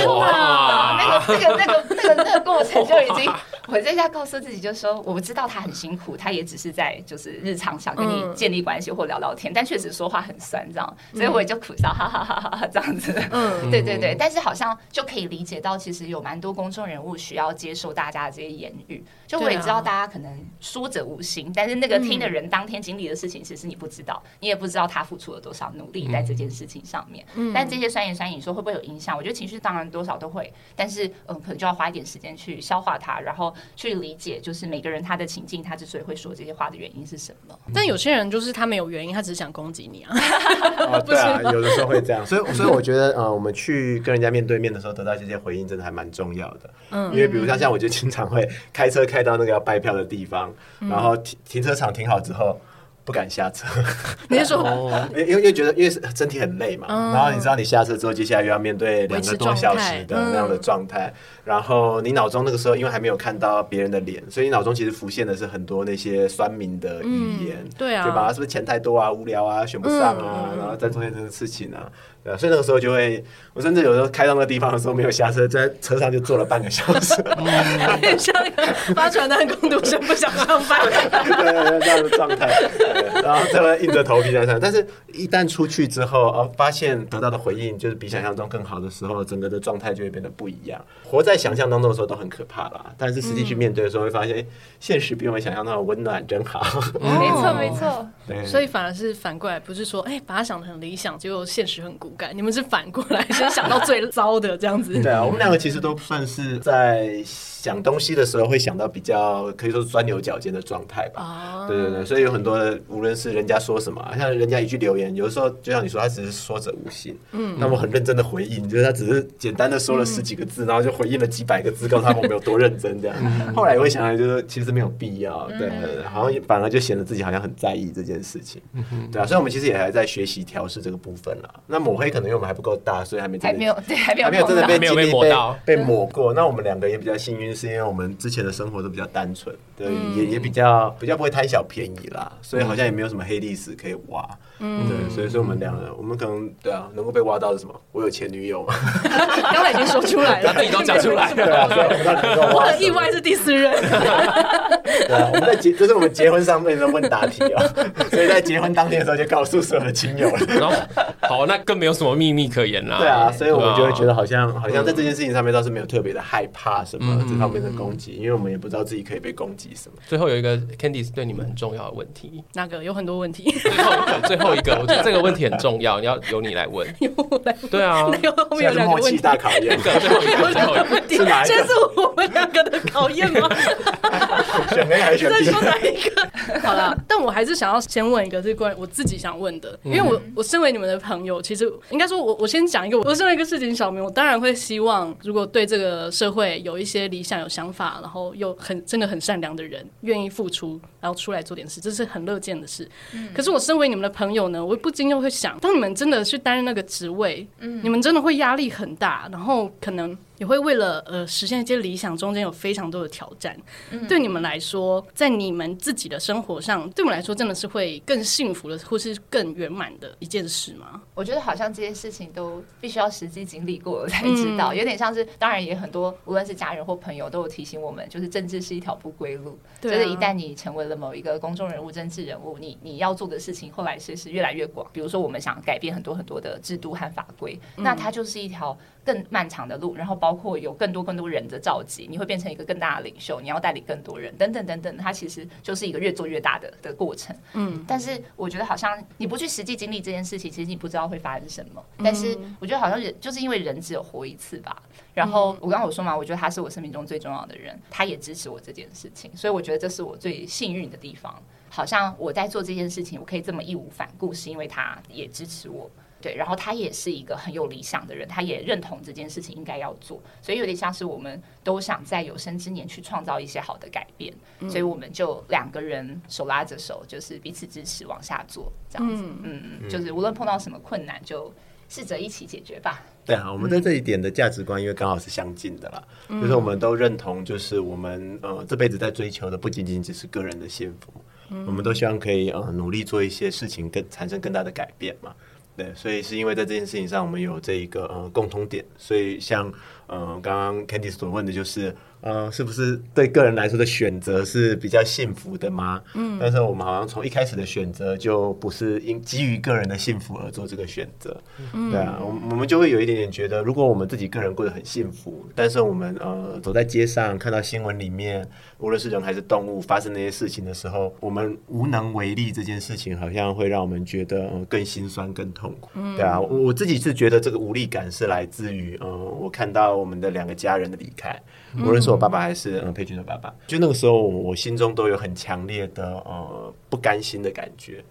S1: 哇，
S3: 那个那个那个那个过程就已经，我在家告诉自己就说，我知道他很辛苦，他也只是在就是日常想跟你建立关系或聊聊天，但确实说话很酸这样，所以我也就苦笑哈哈哈哈哈这样子。
S2: 嗯
S3: 嗯，对对对，但是好像就可以理解到，其实有蛮多公众人物需要接受大家的这些言语。就我也
S2: 对啊
S3: 知道大家可能说者无心，但是那个听的人当天经历的事情，其实你不知道，你也不知道他付出了多少努力在这件事情上面。
S4: 嗯
S3: 但这些酸言酸语，你说会不会有影响？我觉得情绪当然多少都会，但是嗯，可能就要花一点时间去消化它，然后去理解，就是每个人他的情境，他之所以会说这些话的原因是什么。
S2: 但有些人就是他没有原因，他只是想攻击你啊。
S4: 哦，对啊
S2: [laughs] 不是，
S4: 有的时候会这样，所以所以我觉得，呃，我们去跟人家面对面的时候，得到这些回应真的还蛮重要的。嗯，因为比如像像我就经常会开车开到那个要拜票的地方，
S2: 嗯
S4: 然后停停车场停好之后。不敢下车，
S2: 你是说
S4: 因为 [laughs] 因为因为觉得因为身体很累嘛，
S2: 嗯
S4: 然后你知道你下车之后，接下来又要面对两个多小时的
S2: 嗯
S4: 那样的状态，然后你脑中那个时候因为还没有看到别人的脸，所以你脑中其实浮现的是很多那些酸民的语言，
S2: 嗯对啊嗯
S4: 就把他是不是钱太多啊、无聊啊、选不上啊，然后再出现这个事情啊，对啊，所以那个时候就会，我甚至有时候开到那个地方的时候没有下车，在车上就坐了半个小时，
S2: 很像那个发传单工读生不想上班？
S4: 对对对，这样的状态，对然后在那硬着头皮在上，但是一旦出去之后，哦，发现得到的回应就是比想象中更好的时候，整个的状态就会变得不一样。活在想象当中的时候都很可怕啦，但是实际去面对的时候，会发现、诶现实比我们想象那么温暖，真好。哦
S3: 没错没错，
S4: 对，
S2: 所以反而是反过来，不是说哎、把他想的很理想，结果现实很骨感。你们是反过来，先想到最糟的这样子。
S4: 对啊，我们两个其实都算是在想东西的时候会想到比较可以说是钻牛角尖的状态吧。对对对，所以有很多的，无论是人家说什么啊，像人家一句留言，有的时候就像你说，他只是说者无心，嗯，那我很认真的回应，就是他只是简单的说了十几个字，然后就回应了几百个字，告诉他们我们有多认真这样。后来也会想来，就是其实没有必要，对对对，好像也反而就显得自己好像很在意这件事情，对啊，所以我们其实也还在学习调试这个部分啦。那抹黑可能因为我们还不够大，所以还没真
S3: 还
S4: 的
S3: 没有对还没有
S4: 还没有
S3: 碰
S4: 真
S3: 到
S4: 的被
S1: 没有被
S4: 经历
S1: 抹到
S4: 被抹过。那我们两个也比较幸运，是因为我们之前的生活都比较单纯，对，也也比较比较不会贪小便宜啦，所以好像也没有什么黑历史可以挖，嗯，对，所以说我们两个人，我们可能对啊，能够被挖到是什么？我有前女友，
S2: 刚才已经说出来
S1: 他自
S2: 了，
S1: 己都讲出
S2: [laughs]
S1: 来
S4: [laughs] 对
S1: 了。
S4: 啊，所以我们到底能够
S2: 我
S4: 挖
S2: 的
S4: 什
S2: 意
S4: 么？
S2: 外是第四任，
S4: 对啊，我们在结，这是我们结婚上面的问答题啊，所以在结婚当天的时候就告诉所有的亲友了。
S1: 然后，好，那更没有什么秘密可言啦。
S4: 对啊，所以我们就会
S1: 哎
S4: 觉
S1: 对啊
S4: 得好像好像在这件事情上面倒是没有特别的害怕什么
S1: 嗯
S4: 这方面的攻击，因为我们也不知道自己可以被攻击什么。
S1: 最后有一个 Candice 对你们很重要的问题，
S2: 那个有很多问题，
S1: 最后最后一个，我觉得这个问题很重要，你要由你来问。
S2: 有我来问，
S1: 对啊，
S2: 那有后
S4: 现
S2: 面
S4: 在
S2: 有两个
S4: 是默
S2: 问
S4: 契
S2: 题，
S4: 大考
S2: [laughs]
S4: 验，
S1: 对最后一个，最后一个。
S2: 问题，
S4: 是哪一个
S2: 这是我们两个的考验吗？
S4: 选 A 还是选
S2: 在
S4: B？
S2: 说哪一个？ [laughs] 好啦，但我还是想要先问一个，是关于我自己想问的，因为我我身为你们的朋友，其实应该说我我先讲一个，我身为一个市井小民，我当然会希望，如果对这个社会有一些理想、有想法，然后又很真的很善良的人，愿意付出，然后出来做点事，这是很乐见的事。可是我身为你们的朋友呢，我不禁又会想，当你们真的去担任那个职位，你们真的会压力很大，然后可能也会为了呃实现一些理想，中间有非常多的挑战。对你们来说，在你们自己的生活上，对我们来说真的是会更幸福的，或是更圆满的一件事吗？
S3: 我觉得好像这些事情都必须要实际经历过才知道，有点像是，当然也很多，无论是家人或朋友都有提醒我们，就是政治是一条不归路，
S2: 对啊
S3: 就是一旦你成为了某一个公众人物、政治人物，你你要做的事情后来是是越来越广。比如说，我们想改变很多很多的制度和法规，
S2: 嗯
S3: 那它就是一条更漫长的路，然后包括有更多更多人的召集，你会变成一个更大的领袖，你要带领更多人，等等等等，它其实就是一个越做越大的的过程。
S2: 嗯
S3: 但是我觉得好像你不去实际经历这件事情，其实你不知道会发生什么。但是我觉得好像人就是因为人只有活一次吧。然后我刚刚有说嘛，我觉得他是我生命中最重要的人，他也支持我这件事情，所以我觉得这是我最幸运的地方。好像我在做这件事情，我可以这么义无反顾，是因为他也支持我。对，然后他也是一个很有理想的人，他也认同这件事情应该要做，所以有点像是我们都想在有生之年去创造一些好的改变，所以我们就两个人手拉着手，就是彼此支持往下做，这样子，嗯，就是无论碰到什么困难，就试着一起解决吧。
S4: [laughs] 对啊，我们在这一点的价值观，因为刚好是相近的啦，
S2: 嗯
S4: 就是我们都认同，就是我们呃这辈子在追求的不仅仅只是个人的幸福，
S2: 嗯
S4: 我们都希望可以呃努力做一些事情更，产生更大的改变嘛。对，所以是因为在这件事情上，我们有这一个呃共通点，所以像呃刚刚 Candy 所问的就是，呃，是不是对个人来说的选择是比较幸福的吗？嗯，但是我们好像从一开始的选择就不是因基于个人的幸福而做这个选择，嗯、对啊，我们我们就会有一点点觉得，如果我们自己个人过得很幸福，但是我们呃走在街上看到新闻里面，无论是人还是动物发生那些事情的时候，我们无能为力这件事情，好像会让我们觉得、呃、更心酸、更痛苦，对啊，我我自己是觉得这个无力感是来自于呃我看到我们的两个家人的离开。无论是我爸爸还是呃佩君的爸爸，就那个时候我我心中都有很强烈的呃不甘心的感觉，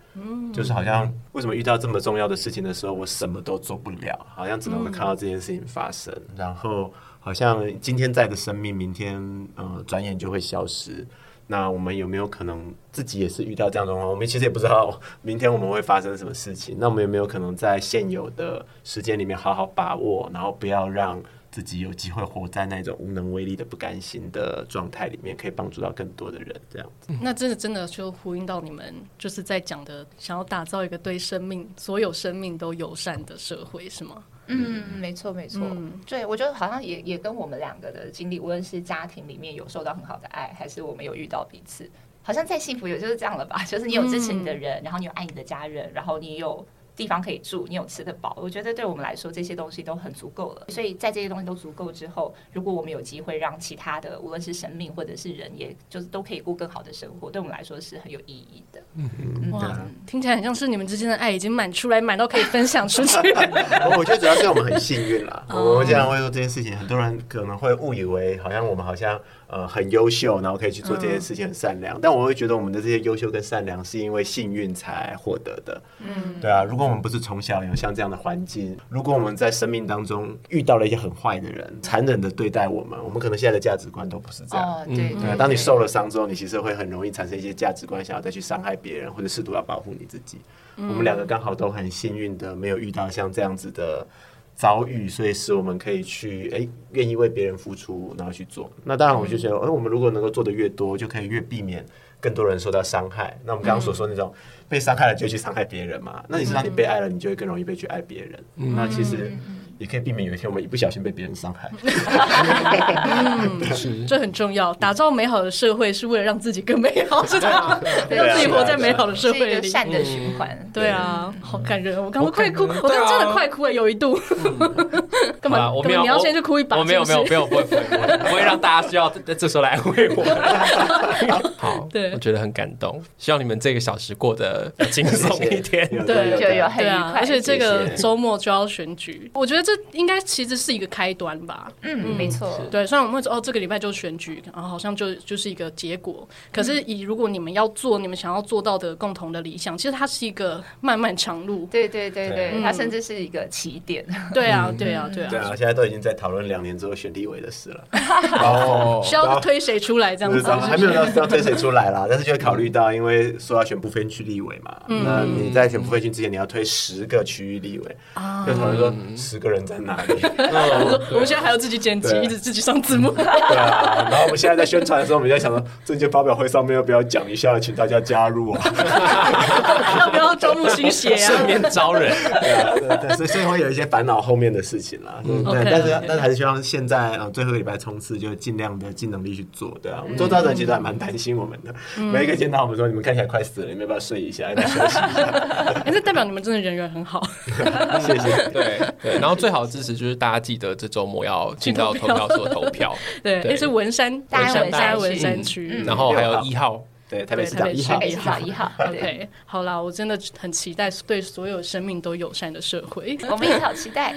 S4: 就是好像为什么遇到这么重要的事情的时候，我什么都做不了，好像只能够看到这件事情发生，然后好像今天在的生命，明天呃转眼就会消失。那我们有没有可能自己也是遇到这样的状况？我们其实也不知道明天我们会发生什么事情。那我们有没有可能在现有的时间里面好好把握，然后不要让自己有机会活在那种无能为力的不甘心的状态里面，可以帮助到更多的人？这样子，
S2: 那真的真的就呼应到你们就是在讲的，想要打造一个对生命所有生命都友善的社会，是吗？
S3: 嗯，没错没错，对我觉得好像也也跟我们两个的经历，无论是家庭里面有受到很好的爱，还是我们有遇到彼此，好像再幸福也就是这样了吧。就是你有支持你的人，然后你有爱你的家人，然后你有。地方可以住，你有吃得饱，我觉得对我们来说这些东西都很足够了。所以在这些东西都足够之后，如果我们有机会让其他的，无论是生命或者是人，也就是都可以过更好的生活，对我们来说是很有意义的。
S2: 哇，听起来很像是你们之间的爱已经满出来，满到可以分享出 [laughs] 去。
S4: [laughs] 我觉得主要是我们很幸运啦。我们经常会说这件事情，很多人可能会误以为好像我们好像呃很优秀，然后可以去做这件事情很善良，但我会觉得我们的这些优秀跟善良是因为幸运才获得的。嗯，对啊，如果我们不是从小有像这样的环境，如果我们在生命当中遇到了一些很坏的人，残忍的对待我们，我们可能现在的价值观都不是这样。
S3: 哦，对
S4: 对啊，当你受了伤之后，你其实会很容易产生一些价值观，想要再去伤害别人，或者试图要保护你自己。我们两个刚好都很幸运的没有遇到像这样子的遭遇，所以使我们可以去哎愿意为别人付出，然后去做。那当然，我就觉得，哎，我们如果能够做的越多，就可以越避免更多人受到伤害。那我们刚刚所说那种被伤害了就去伤害别人嘛，那你知道你被爱了，你就会更容易被去爱别人。那其实也可以避免有一天我们一不小心被别人伤害。
S5: 是
S2: 这很重要。打造美好的社会是为了让自己更美好，是吧？
S3: 对
S2: 让自己
S4: 是啊
S2: 活在美好的社
S3: 是一
S2: 会
S3: 个
S2: 里。
S3: 善的循环。
S2: 对啊，好感人！我刚
S1: 嗯好
S2: 刚
S1: 感
S2: 快
S1: 人
S2: 哭，我刚
S1: 对啊嗯
S2: 刚真的快哭了，有一度。干
S1: 好啦
S2: 嘛？
S1: 我
S2: 干
S1: 没
S2: 嘛
S1: 有，
S2: 你要
S1: 我
S2: 先去哭一把？
S1: 哦我没有，
S2: 是
S1: 没
S2: 不
S1: 有，没
S2: 是
S1: 有，不会，不会，不会不会让大家需要 [laughs] 在这时候来安慰我。 [laughs] 好，
S2: 对
S1: 我觉得很感动，希望你们这个小时过得轻松一点。
S2: 对
S3: 就有 [laughs] 很
S2: 对
S3: 愉
S2: 啊，
S3: 快
S2: 而且
S3: 的
S2: 这
S3: 结
S2: 个
S4: 谢
S2: 周末就要选举，我觉得这应该其实是一个开端吧。
S3: 嗯，没错。
S2: 对，虽然我们会说哦，这个礼拜就选举，然后好像就就是一个结果。可
S3: 嗯
S2: 是以如果你们要做你们想要做到的共同的理想，其实它是一个漫漫长路。
S3: 对对对对，
S2: 嗯
S3: 它甚至是一个起点。
S2: 对啊，
S1: 嗯
S2: 对啊，对
S4: 对
S2: 啊，
S4: 啊，现在都已经在讨论两年之后选立委的事 [laughs] 了。哦
S2: 需要推谁出来这样
S4: 不
S2: 子
S4: 知道，还没有到要推谁出来啦，但是就会考虑到，因为说要选不分区立委嘛，
S2: 嗯
S4: 那你在选不分区之前，你要推十个区域立委，
S2: 啊
S4: 就讨论说十个人在哪里， [laughs]
S1: 哦
S2: 我我们现在还要自己剪辑，
S4: 对
S2: 一直自己上
S1: [laughs]
S2: 字幕。
S4: 对啊。然后我们现在在宣传的时候，我们在想说，证件发表会上面要不要讲一下，请大家加入啊？
S2: 要不要招募新血
S1: 顺
S2: 啊？
S1: 便招人，
S4: 对啊，对对所以所以会有一些烦恼后面的事情啦。嗯，对，
S2: OK，
S4: 但是
S2: OK
S4: 但是还是希望现在呃最后一个礼拜冲刺，就尽量的尽能力去做。对啊，我们周遭人其实还蛮担心我们的，每一个见到我们说你们看起来快死了，你们要不要睡一下？要不要休 [laughs] 息一下？
S2: 哎，这代表你们真的人缘很好。 [laughs]
S4: 谢
S1: [laughs]
S4: 谢。
S1: 对对。然后最好的支持就是大家记得这周末要进到
S2: 去
S1: 投
S2: 投票
S1: 票所投
S2: [laughs]
S1: 票，
S2: 对，
S1: 对
S2: 哎，是文山，
S3: 大安
S2: 文
S3: 文山嗯
S2: 山
S3: 区
S2: 文山区。
S1: 嗯
S2: 嗯
S1: 然后还有一号，
S4: 对，台北市
S2: 台
S4: 长
S2: 北
S4: 一
S2: 市
S4: 号。
S3: 哎，是早一号。对，
S2: OK，好啦，我真的很期待对所有生命都友善的社会。
S3: 我们也好期
S2: [laughs]
S3: 待。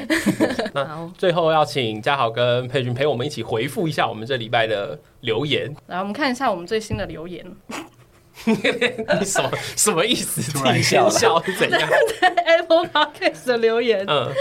S1: 那最后要请嘉豪跟佩君陪我们一起回复一下我们这礼拜的留言。 [laughs]
S2: 来，我们看一下我们最新的留言。
S1: 你什么什么意思？
S4: 突然
S1: 自己
S4: 笑
S1: 先
S4: 了
S1: 笑是怎样？
S2: Apple Podcast 的留言，
S1: 嗯，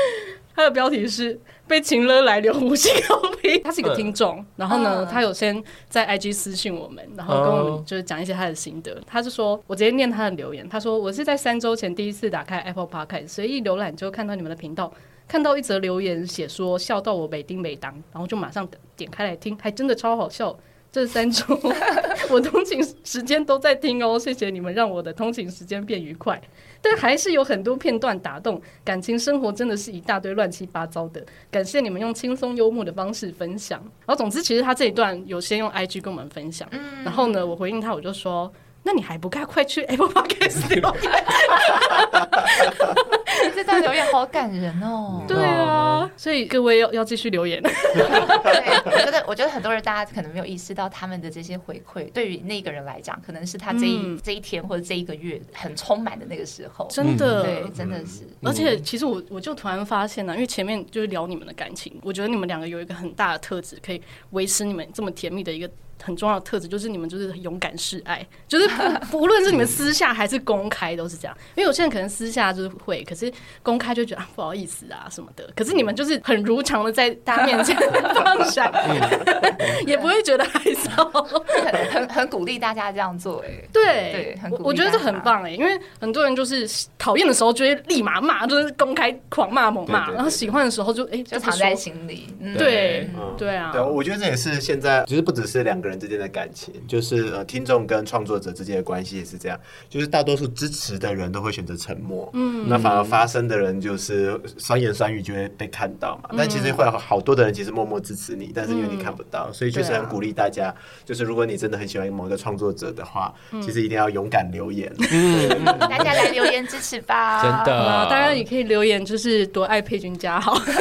S2: 它的标题是“被情勒来留五星好评”。他是一个
S1: 嗯
S2: 听众，然后呢，
S3: 嗯
S2: 他有先在 IG 私信我们，然后跟我
S1: 哦
S2: 们就是讲一些他的心得。他就说，我直接念他的留言，他说我是在三周前第一次打开 Apple Podcast，随意浏览就看到你们的频道。看到一则留言写说笑到我每丁每当，然后就马上点开来听，还真的超好笑。这三 [laughs] 周我通勤时间都在听哦，谢谢你们让我的通勤时间变愉快。但还是有很多片段打动，感情生活真的是一大堆乱七八糟的。感谢你们用轻松幽默的方式分享。然后总之，其实他这一段有先用 IG 跟我们分享，然后呢，我回应他我就说。那你还不快快去哎 Apple Podcast 留言
S3: 这段留言好感人哦。
S2: 对啊，所以各位要要继续留言。
S3: 对，我觉得，我觉得很多人大家可能没有意识到他们的这些回馈，对于那个人来讲，可能是他这一、
S2: 嗯
S3: 这一天或者这一个月很充满的那个时候。
S2: 真的，
S3: 对，真的是。
S2: 而且其实我我就突然发现呢、因为前面就是聊你们的感情，我觉得你们两个有一个很大的特质，可以维持你们这么甜蜜的一个很重要的特质，就是你们就是很勇敢示爱，就是不不论是你们私下还是公开都是这样。因为有些人可能私下就是会，可是公开就觉得啊不好意思啊什么的，可是你们就是很如常的在大家面前 [laughs] 放闪， [laughs] 也不会觉得害臊。
S3: 很很很鼓励大家这样做、哎，
S2: 对
S3: 对，很
S2: 我
S3: 鼓
S2: 我
S3: 励
S2: 觉得
S3: 大
S2: 这很
S3: 家
S2: 棒哎，因为很多人就是讨厌的时候就会立马骂，就是公开狂骂猛
S4: 对
S2: 骂，
S4: 对对
S2: 然后喜欢的时候就哎、
S3: 就
S2: 不
S3: 藏在
S2: 说
S3: 心里。嗯，
S2: 对
S4: 嗯
S2: 对啊
S4: 对，，我觉得这也是现在，其实不只是两个人之间的感情，就是呃，听众跟创作者之间的关系也是这样。就是大多数支持的人都会选择沉默，嗯，那反而发声的人就是酸言酸语就会被看到嘛。但其实会有好多的人其实默默支持你，但是因为你看不到，所以确实很鼓励大家，就是如果你真的很喜欢某一个创作者的话，其实一定要勇敢留言。 [laughs]
S3: 大家来留言支持吧。
S1: 真的，
S2: 啊，大家也可以留言，就是多爱佩君家
S3: [laughs]
S2: 好，
S3: 谢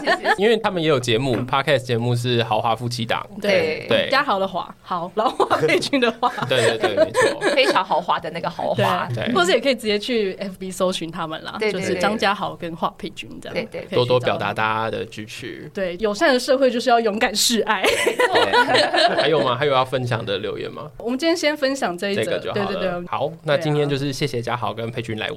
S3: 谢，谢谢。
S1: 因为他们也有节目，podcast 节目是豪华夫妻
S2: [laughs]
S1: 档，
S3: 对
S1: 对
S2: 家豪的话，好，然后华佩君的话，
S1: 对对对，没错。
S3: 非常豪华的那个豪华。
S1: 对
S2: 对，或者也可以直接去 FB 搜寻他们啦，
S3: 对
S2: 就
S3: 对
S2: 是
S3: 对
S2: 张家豪跟华佩君这样，
S3: 对对
S2: 可以去
S1: 多多
S2: 找
S1: 表
S2: 他
S1: 达
S2: 们。
S1: 大家的支持。
S2: 对，友善的社会就是要勇敢示
S3: [laughs]
S2: 爱。
S1: 对还有吗？还有要分享的留言
S2: [laughs]
S1: 吗？
S2: 我们今天先分享这一
S1: 这
S2: 则，
S1: 个
S2: 对
S1: 就好
S2: 对
S1: 了
S2: 对。，
S1: 好，那今天就是谢谢嘉豪跟佩君来
S3: 啊，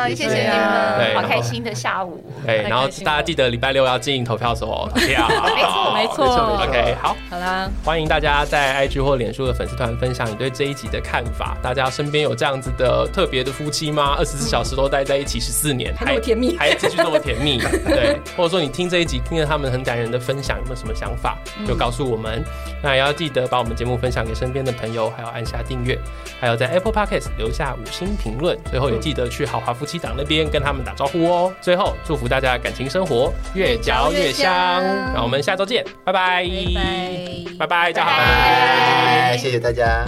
S1: 玩。
S3: 谢谢
S2: 对
S3: 你
S2: 啊
S1: 对
S3: 们，
S1: 然后
S3: 好开心的下午。
S1: 对，然后
S2: 太开心了
S1: 大家记得礼拜六要进投票所投票。哦
S3: 没
S2: [laughs] 没错
S3: 错
S4: 没错没错
S1: OK，好，
S2: 好啦，
S1: 欢迎大家家在 IG 或脸书的粉丝团分享你对这一集的看法。大家身边有这样子的特别的夫妻吗？二十四小时都待在一起十四年，
S2: 还那么甜蜜
S1: 嗯还继续这么甜 [laughs] 蜜？对，或者说你听这一集，听了他们很感人的分享，有没有什么想法？就告诉我们。那也要记得把我们节目分享给身边的朋友，还有按下订阅，还有在 Apple Podcast 留下五星评论。最后也记得去豪华夫妻档那边跟他们打招呼哦。最后祝福大家感情生活越嚼越香。那我们下周见，拜拜，拜
S3: 拜拜
S1: 拜，大家好。
S4: 哎拜，谢谢大家。